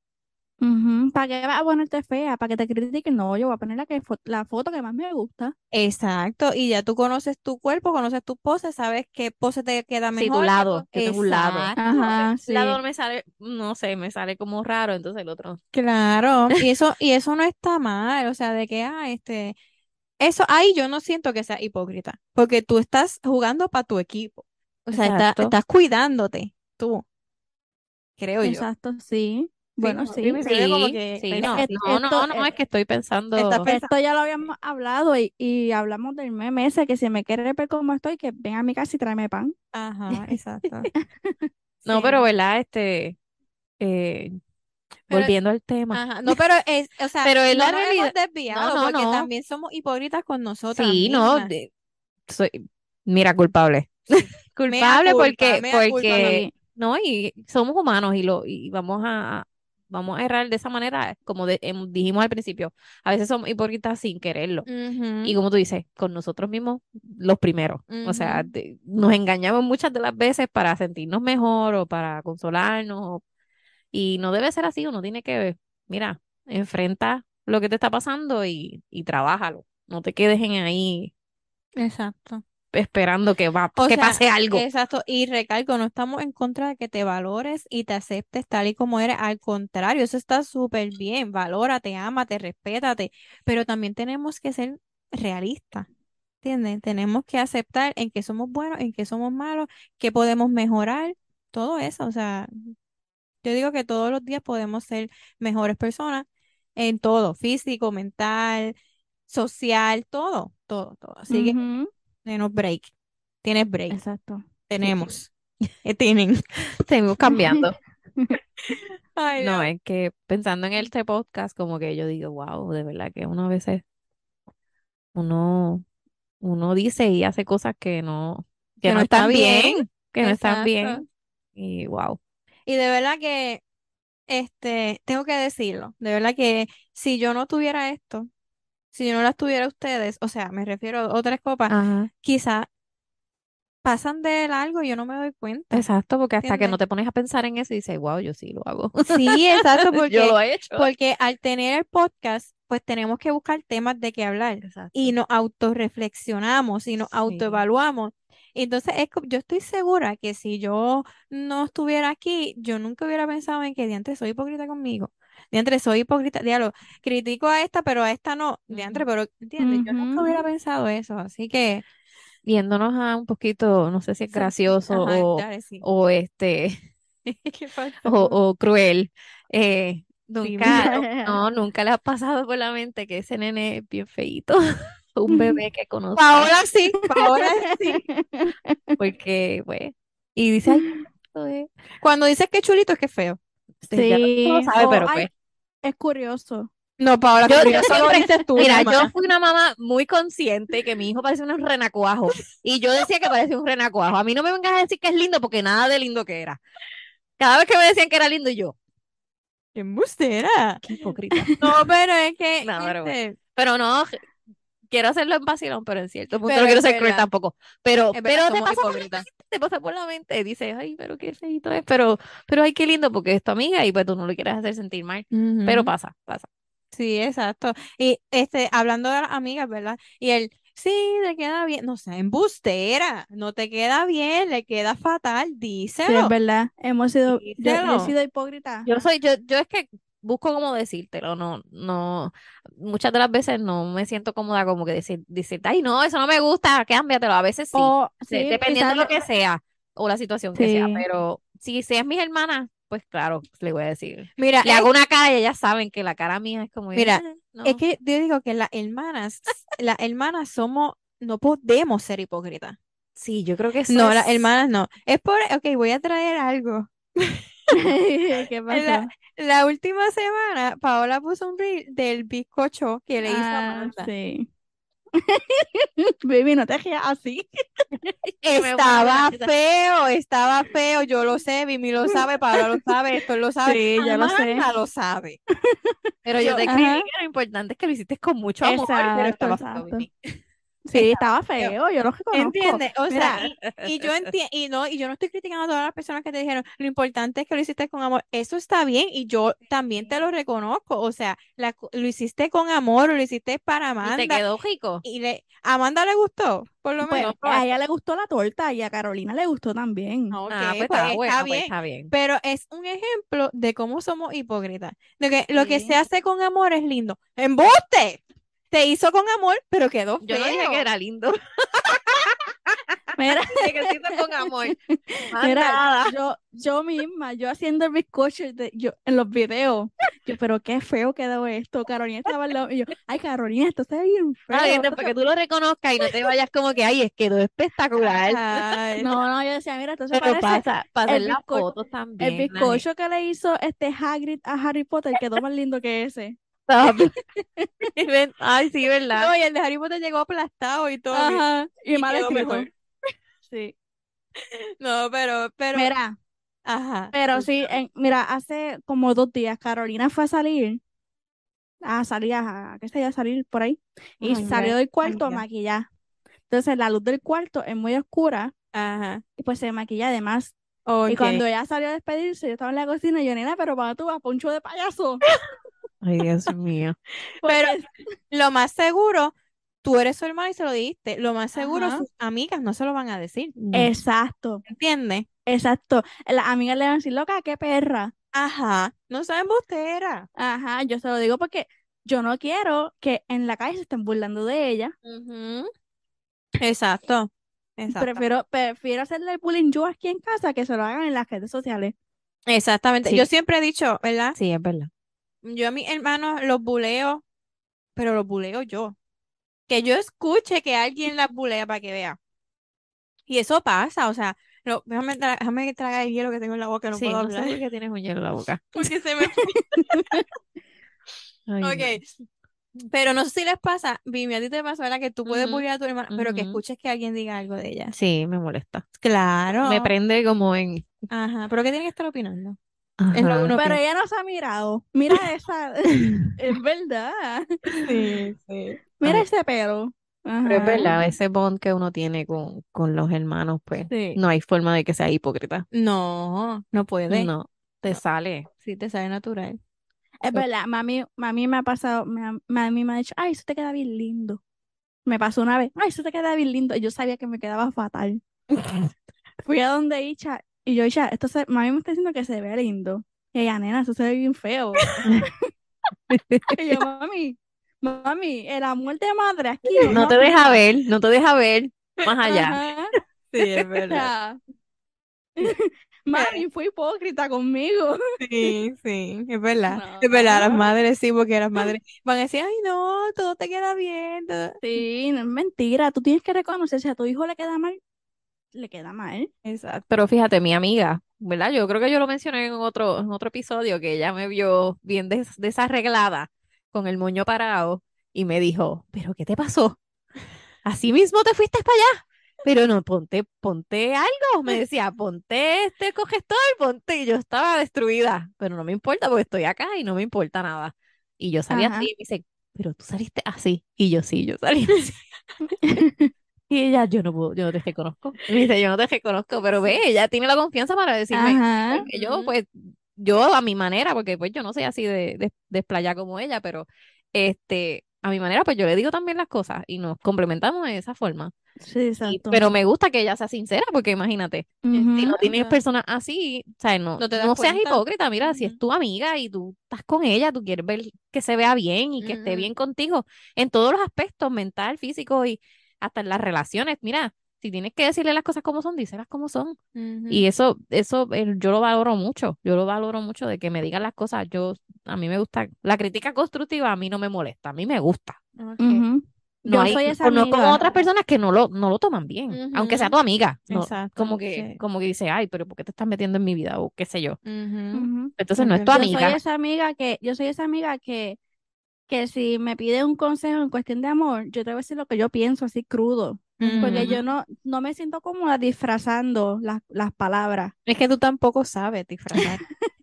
S4: ¿Para qué vas a ponerte fea? ¿Para que te critiquen? No, yo voy a poner la, que fo- la foto que más me gusta.
S3: Exacto, y ya tú conoces tu cuerpo, conoces tus poses, sabes qué pose te queda
S2: Sí, tu
S3: mejor. qué
S2: lado.
S3: po-
S2: Yo tengo un lado.
S3: Exacto.
S4: <laughs> Ajá,
S2: El lado
S4: sí.
S2: me sale, no sé, me sale como raro, entonces el otro.
S3: Claro, <laughs> y eso, y eso no está mal, o sea, de que, ah, este, eso ahí yo no siento que sea hipócrita, porque tú estás jugando para tu equipo, o sea, está-
S2: Exacto.
S3: estás cuidándote, tú, creo yo.
S4: Exacto, sí.
S3: Sí,
S4: Bueno,
S3: no, Vivi,
S4: sí.
S3: se ve como
S2: Sí,
S3: que
S2: sí,
S3: pensando.
S2: no.
S4: Es-
S2: No, no,
S4: esto,
S2: no,
S4: eh,
S2: es que estoy
S3: Estás
S2: pensando.
S3: pensando.
S4: esto ya lo habíamos hablado y, y hablamos del meme ese que si me quiere ver como estoy, que ven a mi casa y tráeme pan.
S3: <laughs> <laughs> Ajá, exacto.
S2: No,
S3: Sí.
S2: pero, ¿verdad? Este, eh,
S3: Pero- ah,
S2: volviendo al tema.
S3: Ajá, no, pero es, o sea,
S2: Pero es
S3: no
S2: la
S3: nos
S2: realidad.
S3: hemos desviado
S2: No, no,
S3: porque
S2: no.
S3: también somos hipócritas con nosotras
S2: Sí, no.
S3: mismas.
S2: de- soy, mira, culpable. <laughs>
S3: Mea
S2: Culpable
S3: culpa,
S2: porque,
S3: mea culpa,
S2: porque,
S4: Sí,
S2: no, y somos humanos y lo, y vamos a, vamos a errar de esa manera, como de- em, dijimos al principio. A veces somos hipócritas sin quererlo. Y
S3: Ujú,
S2: como tú dices, con nosotros mismos, los primeros. O sea,
S3: ujú.
S2: te- nos engañamos muchas de las veces para sentirnos mejor o para consolarnos. o- y no debe ser así, uno tiene que, mira, enfrenta lo que te está pasando y, y trabájalo. No te quedes en ahí
S3: Exacto.
S2: esperando que, va,
S3: O
S2: que
S3: sea,
S2: pase algo.
S3: exacto. Y recalco, no estamos en contra de que te valores y te aceptes tal y como eres. Al contrario, eso está súper bien. Valórate, ámate, respétate. Pero también tenemos que ser realistas. ¿Entienden? Tenemos que aceptar en que somos buenos, en que somos malos, que podemos mejorar, todo eso. O sea, yo digo que todos los días podemos ser mejores personas en todo, físico, mental, social, todo, todo, todo. Así que
S4: Ujú,
S3: tenemos break. Tienes break.
S4: <laughs> Exacto.
S2: <laughs>
S3: Tenemos. Eh, tienen.
S2: Seguimos <laughs> cambiando.
S3: Ay,
S2: No, es que pensando en este podcast, como que yo digo, wow, de verdad que uno a veces, uno, uno dice y hace cosas que no, que no están bien, que no están
S3: Exacto.
S2: bien. Y wow.
S3: Y de verdad que, este, tengo que decirlo, de verdad que si yo no tuviera esto, si yo no las tuviera ustedes, o sea, me refiero a otras copas,
S2: Ajá.
S3: quizás pasan de largo y yo no me doy cuenta.
S2: Exacto, porque hasta que no
S3: ¿Entiendes?
S2: te pones a pensar en eso y dices, wow, <laughs> yo sí lo hago.
S3: <laughs> Sí, exacto, porque,
S2: <laughs> Yo lo he hecho.
S3: porque al tener el podcast, pues tenemos que buscar temas de qué hablar.
S2: Exacto.
S3: y nos autorreflexionamos y nos
S2: Sí.
S3: autoevaluamos. Entonces, es, co- yo estoy segura que si yo no estuviera aquí, yo nunca hubiera pensado en que diantre soy hipócrita conmigo. Diantre soy hipócrita, diálogo. Critico a esta, pero a esta no. Diantre, pero ¿entiendes? Yo nunca
S4: Ujú,
S3: hubiera
S4: ujú.
S3: pensado eso, así que
S2: Yéndonos a un poquito, no sé si es
S3: Sí,
S2: gracioso
S3: ajá,
S2: o,
S3: dale, sí.
S2: o este.
S3: <laughs>
S2: <laughs>
S3: ¿Qué pasó?
S2: o, o cruel. Eh,
S3: Dime.
S2: nunca, <laughs>
S4: <laughs>
S2: no, nunca le ha pasado por la mente que ese nene es bien feíto, <laughs> un bebé que conoce,
S3: Paola sí, Paola sí.
S2: porque, pues, y dice, <laughs> ay, qué bonito es.
S3: Cuando dices que chulito es que es feo.
S2: Este, ya lo-
S4: Sí,
S2: no lo sabe,
S4: o,
S2: pero
S4: ay,
S2: pues.
S4: es curioso.
S3: No, Paola,
S2: Yo-
S3: pero
S2: yo
S3: eso lo
S2: siempre-
S3: dices tú,
S2: Mira,
S3: mamá.
S2: yo fui una mamá muy consciente que mi hijo parece un renacuajo, y yo decía que parecía un renacuajo. A mí no me vengas a decir que es lindo, porque nada de lindo que era. Cada vez que me decían que era lindo, y yo,
S3: ¡Qué embustera!
S2: qué hipócrita.
S3: No, pero es que,
S2: No, pero bueno.
S3: este,
S2: Pero no, quiero hacerlo en vacilón, pero en cierto punto
S3: Pero
S2: no quiero
S3: es
S2: ser cruel
S3: verdad.
S2: tampoco. Pero,
S3: Es verdad,
S2: pero te
S3: somos
S2: pasa por la
S3: hipócritas.
S2: mente, te pasa por la mente, dices, ay, pero qué feito es, pero, pero ay, qué lindo porque es tu amiga y pues tú no lo quieres hacer sentir mal. Pero
S3: Ujú.
S2: pasa, pasa.
S3: Sí, exacto. Y este, hablando de las amigas, ¿verdad? Y él, sí, le queda bien. No sé, embustera. No te queda bien, le queda fatal.
S4: Sí, es
S3: Díselo.
S4: verdad. Hemos sido, yo- yo,
S3: Díselo.
S4: he sido hipócrita.
S2: Yo soy, yo, yo es que busco como decírtelo, no, no, muchas de las veces no me siento cómoda como que decir, decirte, ay, no, eso no me gusta, cámbiatelo. A veces sí,
S4: O
S2: de-
S4: Oh, sí, quizás
S2: dependiendo de lo que sea o la situación que sea,
S4: sí.
S2: pero si seas mis hermanas, pues claro, le voy a decir.
S3: Mira,
S2: Le
S3: es,
S2: hago una cara y ellas saben que la cara mía es como.
S3: Ah,
S2: de,
S3: eh Mira,
S2: "Ah, no".
S3: es que yo digo que las hermanas, las hermanas somos, no podemos ser hipócritas.
S2: Sí, yo creo que eso
S3: No,
S2: es-
S3: las hermanas no. Es por, ok, voy a traer algo.
S4: <laughs> ¿Qué
S3: En
S4: pasó?
S3: La, la última semana, Paola puso un reel del bizcocho que le hizo
S4: Ah,
S3: Amanda.
S4: sí. <laughs> Baby, no te rías así.
S2: que me muero de la
S3: Estaba
S2: risa.
S3: feo, estaba feo, yo lo sé, Mimi lo sabe, Paola lo sabe, esto lo sabe,
S4: Sí, ya lo sé.
S3: Amanda lo sabe. <laughs>
S2: Pero yo
S3: Yo-
S2: te
S4: Ajá.
S2: escribí que lo importante es que lo hiciste con mucho amor, pero
S4: Exacto,
S2: estaba feo,
S4: exacto.
S2: Mimi.
S4: Sí, estaba
S3: feo.
S4: feo, yo lo reconozco.
S3: ¿Entiendes? O sea,
S4: Mira,
S3: y, y yo entiendo, y no, y yo no estoy criticando a todas las personas que te dijeron, lo importante es que lo hiciste con amor, eso está bien, y yo también te lo reconozco, o sea, la co- lo hiciste con amor, lo hiciste para
S2: Y te
S3: Amanda,
S2: quedó rico.
S3: y le, Amanda le gustó, por lo
S4: pues
S3: menos.
S4: a ella le gustó la torta y a Carolina le gustó también.
S3: Ah, Ok,
S2: Ah, pues
S3: pues
S2: está bueno,
S3: está
S2: pues
S3: bien.
S2: está bien.
S3: Pero es un ejemplo de cómo somos hipócritas. De que lo que se
S4: Sí.
S3: hace con amor es lindo. ¡Embuste! Te hizo con amor, pero quedó
S2: Yo no dije
S3: feo.
S2: que era lindo.
S4: Mira,
S2: <laughs> Dije que sí fue con amor. Más
S4: mira,
S2: nada.
S4: yo, yo misma, yo haciendo el bizcocho de- yo, en los videos. Yo, pero qué feo quedó esto. Carolina estaba al lado. Y yo, ay, Carolina, esto está bien
S2: Está bien,
S4: feo. esto
S2: para
S4: se-
S2: que tú lo reconozcas y no te vayas como que, ay, es quedó espectacular.
S4: <laughs>
S3: Ay,
S4: No, no, yo decía, mira, esto se
S2: Pero
S4: parece.
S2: pasa, pasa
S4: el
S2: en las
S4: bizco-
S2: fotos
S4: El
S2: también. la gente.
S4: bizcocho que le hizo este Hagrid a Harry Potter quedó más lindo que ese.
S2: Estaba <laughs> bien. Ay, sí, ¿verdad?
S3: No, y el de Harry Potter llegó aplastado y todo. mira,
S4: Ajá, y
S3: y
S4: mal
S3: quedó
S4: escrito.
S3: mejor.
S4: Sí.
S3: No, pero, pero,
S4: Mira,
S3: ajá.
S4: pero sí, en- mira, hace como dos días Carolina fue a salir, a salir, a, a- qué sé yo, a salir por ahí, y
S2: Ay,
S4: salió del cuarto a
S2: Ay,
S4: maquillar. Entonces la luz del cuarto es muy oscura
S3: Ajá.
S4: y pues se maquilla además. Y
S3: Ok.
S4: cuando ella salió a despedirse, yo estaba en la cocina y yo, nena, pero cuando tú vas, poncho de payaso.
S2: <laughs>
S4: Pues,
S2: Ay, Dios mío.
S3: Pero
S4: Porque,
S3: lo más seguro, tú eres su hermana y se lo diste. Lo más seguro,
S4: Ajá.
S3: sus amigas no se lo van a decir.
S2: No.
S4: exacto.
S3: ¿Entiendes?
S4: Exacto. Las amigas le van a decir, loca, qué perra.
S3: Ajá. No saben bustera.
S4: Ajá, yo se lo digo porque yo no quiero que en la calle se estén burlando de ella.
S3: Ujú. Exacto, exacto.
S4: Prefiero, prefiero hacerle el bullying yo aquí en casa que se lo hagan en las redes sociales.
S3: Exactamente.
S2: Sí.
S3: Yo siempre he dicho, ¿verdad?
S2: Sí, es verdad.
S3: Yo a mis hermanos los buleo, pero los buleo yo. que yo escuche que alguien las bulea para que vea. Y eso pasa, o sea, no, déjame, tra- déjame tragar el hielo que tengo en la boca, no
S2: Sí,
S3: puedo
S2: no sé
S3: hablar.
S2: por qué tienes un hielo en la boca.
S3: <laughs> Porque se
S2: <laughs>
S3: me fue.
S2: Ay, no.
S3: Ok. Pero no sé si les pasa, Vimi, a ti te pasó, ¿verdad? Que tú puedes
S2: Ujú,
S3: bullear a tu hermana, pero que
S2: ujú.
S3: escuches que alguien diga algo de ellas.
S2: Sí, me molesta.
S3: Claro.
S2: Me prende como en...
S3: Ajá. ¿Pero qué tienen que estar opinando? Es lo
S2: Ajá.
S3: uno
S4: Pero ella nos ha mirado. Mira
S2: <laughs>
S4: esa. es verdad.
S3: Sí, sí.
S4: Mira
S2: Ay.
S4: ese pelo.
S2: Ah. Pero es
S4: Ajá.
S2: verdad, ese bond que uno tiene con, con los hermanos, pues
S3: Sí.
S2: no hay forma de que sea hipócrita.
S3: No, no puede.
S2: No, te <laughs> sale.
S3: Sí, te sale natural.
S4: Es verdad, mami, mami me ha pasado, me ha- mami me ha dicho, ay, eso te queda bien lindo. Me pasó una vez, ay, eso te queda bien lindo. Y Yo sabía que me quedaba
S2: <laughs>
S4: fatal. Fui a donde Icha y yo, Icha, esto se- mami me está diciendo que se ve lindo. Y ella, nena, eso se ve bien feo. <laughs> Y yo, mami, mami, el amor de madre aquí.
S2: No te deja ver, no te deja ver más allá.
S4: Ajá,
S3: Sí, es
S4: o sea, <laughs> mami, fue hipócrita conmigo. <laughs>
S3: Sí, sí, es verdad. Es
S4: No.
S3: verdad, <laughs> las madres sí, porque las madres van a decir, ay, no, todo te queda bien. todo-".
S4: Sí, no es mentira. Tú tienes que reconocer si a tu hijo le queda mal, le queda mal.
S3: Exacto.
S2: Pero fíjate, mi amiga, ¿verdad? Yo creo que yo lo mencioné en otro, en otro episodio que ella me vio bien des- desarreglada con el moño parado y me dijo, ¿pero qué te pasó? Así mismo te fuiste para allá. Pero no, ponte, ponte algo. Me decía, ponte este cogestor, ponte. Y yo estaba destruida, pero no me importa porque estoy acá y no me importa nada. Y yo salí
S4: Ajá.
S2: así y me dice, pero tú saliste así. Y yo sí, yo salí así. Y ella, yo no puedo, yo no te reconozco. Y me dice, yo no te reconozco, pero ve, ella tiene la confianza para decirme.
S4: Ajá.
S2: Porque yo, pues, yo a mi manera, porque pues yo no soy así de, de, de explayar como ella, pero este, a mi manera, pues yo le digo también las cosas y nos complementamos de esa forma.
S4: Sí,
S2: Y-
S4: exacto.
S2: pero me gusta que ella sea sincera, porque imagínate, si no
S4: Ujú.
S2: tienes
S3: Exacto.
S2: personas así, o sea, no,
S3: No te das
S2: no seas
S3: cuenta.
S2: hipócrita, mira, si es
S3: Ujú.
S2: tu amiga y tú estás con ella, tú quieres ver que se vea bien y que esté
S3: Ujú.
S2: bien contigo en todos los aspectos, mental, físico y hasta en las relaciones, mira, si tienes que decirle las cosas como son, díselas como son. Y eso, eso eh, yo lo valoro mucho, yo lo valoro mucho de que me digan las cosas, yo, a mí me gusta, la crítica constructiva a mí no me molesta, a mí me gusta.
S3: Ujú. Ok.
S4: Ujú.
S2: No
S4: Yo
S2: hay-
S4: soy esa
S2: o no como
S4: amiga.
S2: otras personas que no lo, no lo toman bien, aunque sea
S3: Ujú.
S2: tu amiga, no-
S3: Exacto,
S2: como que,
S3: sí.
S2: como que dice, ay, pero ¿por qué te estás metiendo en mi vida? O qué sé yo.
S3: Ujú.
S4: Ujú.
S2: Entonces no es tu
S3: Yo
S4: Yo soy
S2: amiga.
S4: esa amiga que, yo soy esa amiga que, que si me pide un consejo en cuestión de amor, yo te voy a decir lo que yo pienso así crudo, porque pues yo no, no me siento cómoda disfrazando las, las palabras.
S3: Es que tú tampoco sabes disfrazar. <laughs>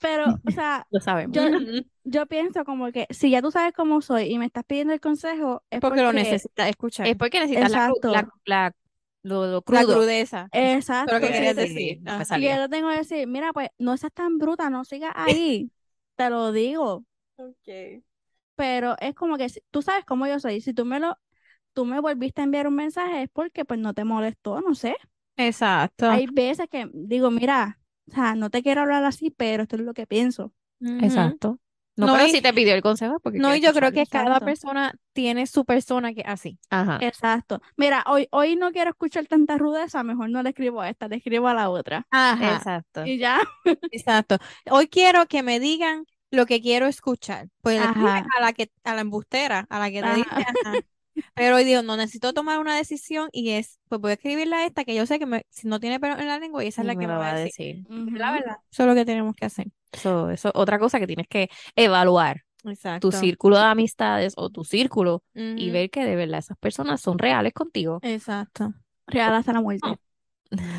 S4: Pero, o sea,
S2: Lo sabemos. <laughs>
S4: yo, yo pienso como que si ya tú sabes cómo soy y me estás pidiendo el consejo, es
S3: Porque lo necesitas escuchar.
S2: Es porque necesitas la, cru- la-
S4: Exacto.
S2: la- lo, lo
S3: La
S2: crudo.
S3: crudeza.
S4: Exacto.
S3: Pero que
S2: Sí,
S3: querías
S2: sí,
S3: decir.
S2: no me
S3: Ah.
S4: Y que
S2: pues, salía.
S4: yo tengo que decir, mira, pues no seas tan bruta, no
S3: <laughs>
S4: sigas ahí, te lo digo, pero es como que si- tú sabes cómo yo soy, si tú me lo, tú me volviste a enviar un mensaje es porque pues no te molestó, no sé.
S3: Exacto.
S4: Hay veces que digo, mira, o sea, no te quiero hablar así, pero esto es lo que pienso.
S3: Ujú.
S2: Exacto. No,
S3: No,
S2: pero
S3: y-
S2: si te pidió el consejo es porque
S3: No,
S2: quiere
S3: y yo creo
S2: escucharlo.
S3: que cada
S4: Exacto.
S3: persona tiene su persona que es así.
S2: Ajá.
S4: Exacto. Mira, hoy, hoy no quiero escuchar tanta rudeza, mejor no le escribo a esta, le escribo a la otra.
S3: Ajá.
S2: Exacto.
S4: Y ya.
S3: Exacto. Hoy quiero que me digan lo que quiero escuchar. Pues le escribes
S4: Ajá.
S3: a la que, a la embustera, a la que te
S4: Ajá.
S3: dice, ajá. Pero hoy digo, no necesito tomar una decisión y es, pues voy a escribirle a esta que yo sé que me- si no tiene pelo en la lengua y esa es
S2: Y
S3: la
S2: me
S3: que me
S2: lo
S3: va
S2: va
S3: a
S2: a
S3: decir.
S2: decir.
S3: La
S4: Ujú.
S3: verdad, eso es lo que tenemos que hacer.
S2: Eso, eso es otra cosa que tienes que evaluar tu
S3: Exacto.
S2: círculo de amistades o tu círculo y
S3: Ujú.
S2: ver que de verdad esas personas son reales contigo. <laughs>
S3: Exacto.
S4: Real hasta la muerte.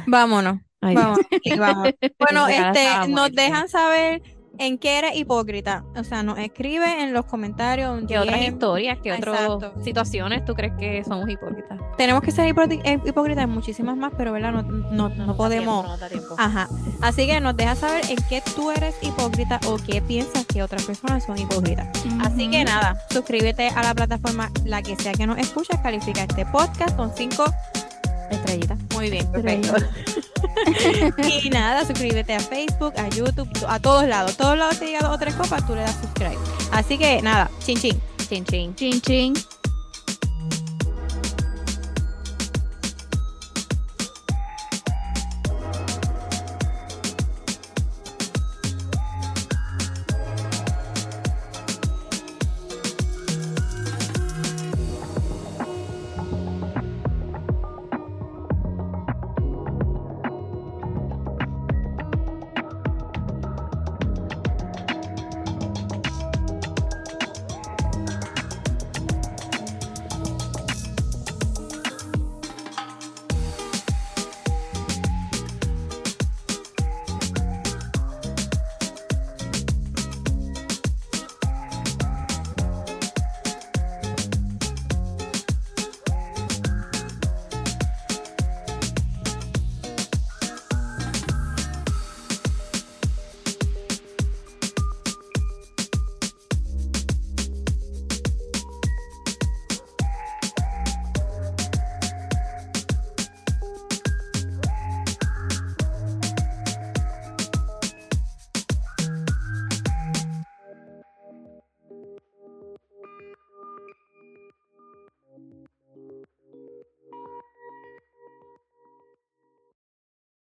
S3: Vámonos.
S2: Ay, Dios.
S3: Vamos, sí, vamos. Bueno,
S2: Real hasta
S3: este,
S2: la
S3: nos
S2: muerte.
S3: dejan saber en qué eres hipócrita. O sea, nos escribe en los comentarios, un
S2: ¿Qué otras
S3: DM.
S2: historias, qué otras
S3: Exacto.
S2: situaciones tú crees que somos hipócritas?
S3: Tenemos que ser hipócri- eh, hipócritas en muchísimas más, pero ¿verdad? No, no, no
S2: nos da tiempo,
S3: podemos.
S2: no nos da tiempo.
S3: Ajá. Así que nos deja saber en qué tú eres hipócrita o qué piensas que otras personas son hipócritas. Así que
S4: Ujú.
S3: nada, suscríbete a la plataforma, la que sea que nos escuches, califica este podcast con cinco
S2: Estrellita.
S3: Muy bien, perfecto. <laughs> y nada, suscríbete a Facebook, a YouTube, a todos lados. Todos lados te llega dos o tres copas, tú le das subscribe. Así que nada, chin chin.
S2: Chin, chin.
S4: Chin, chin.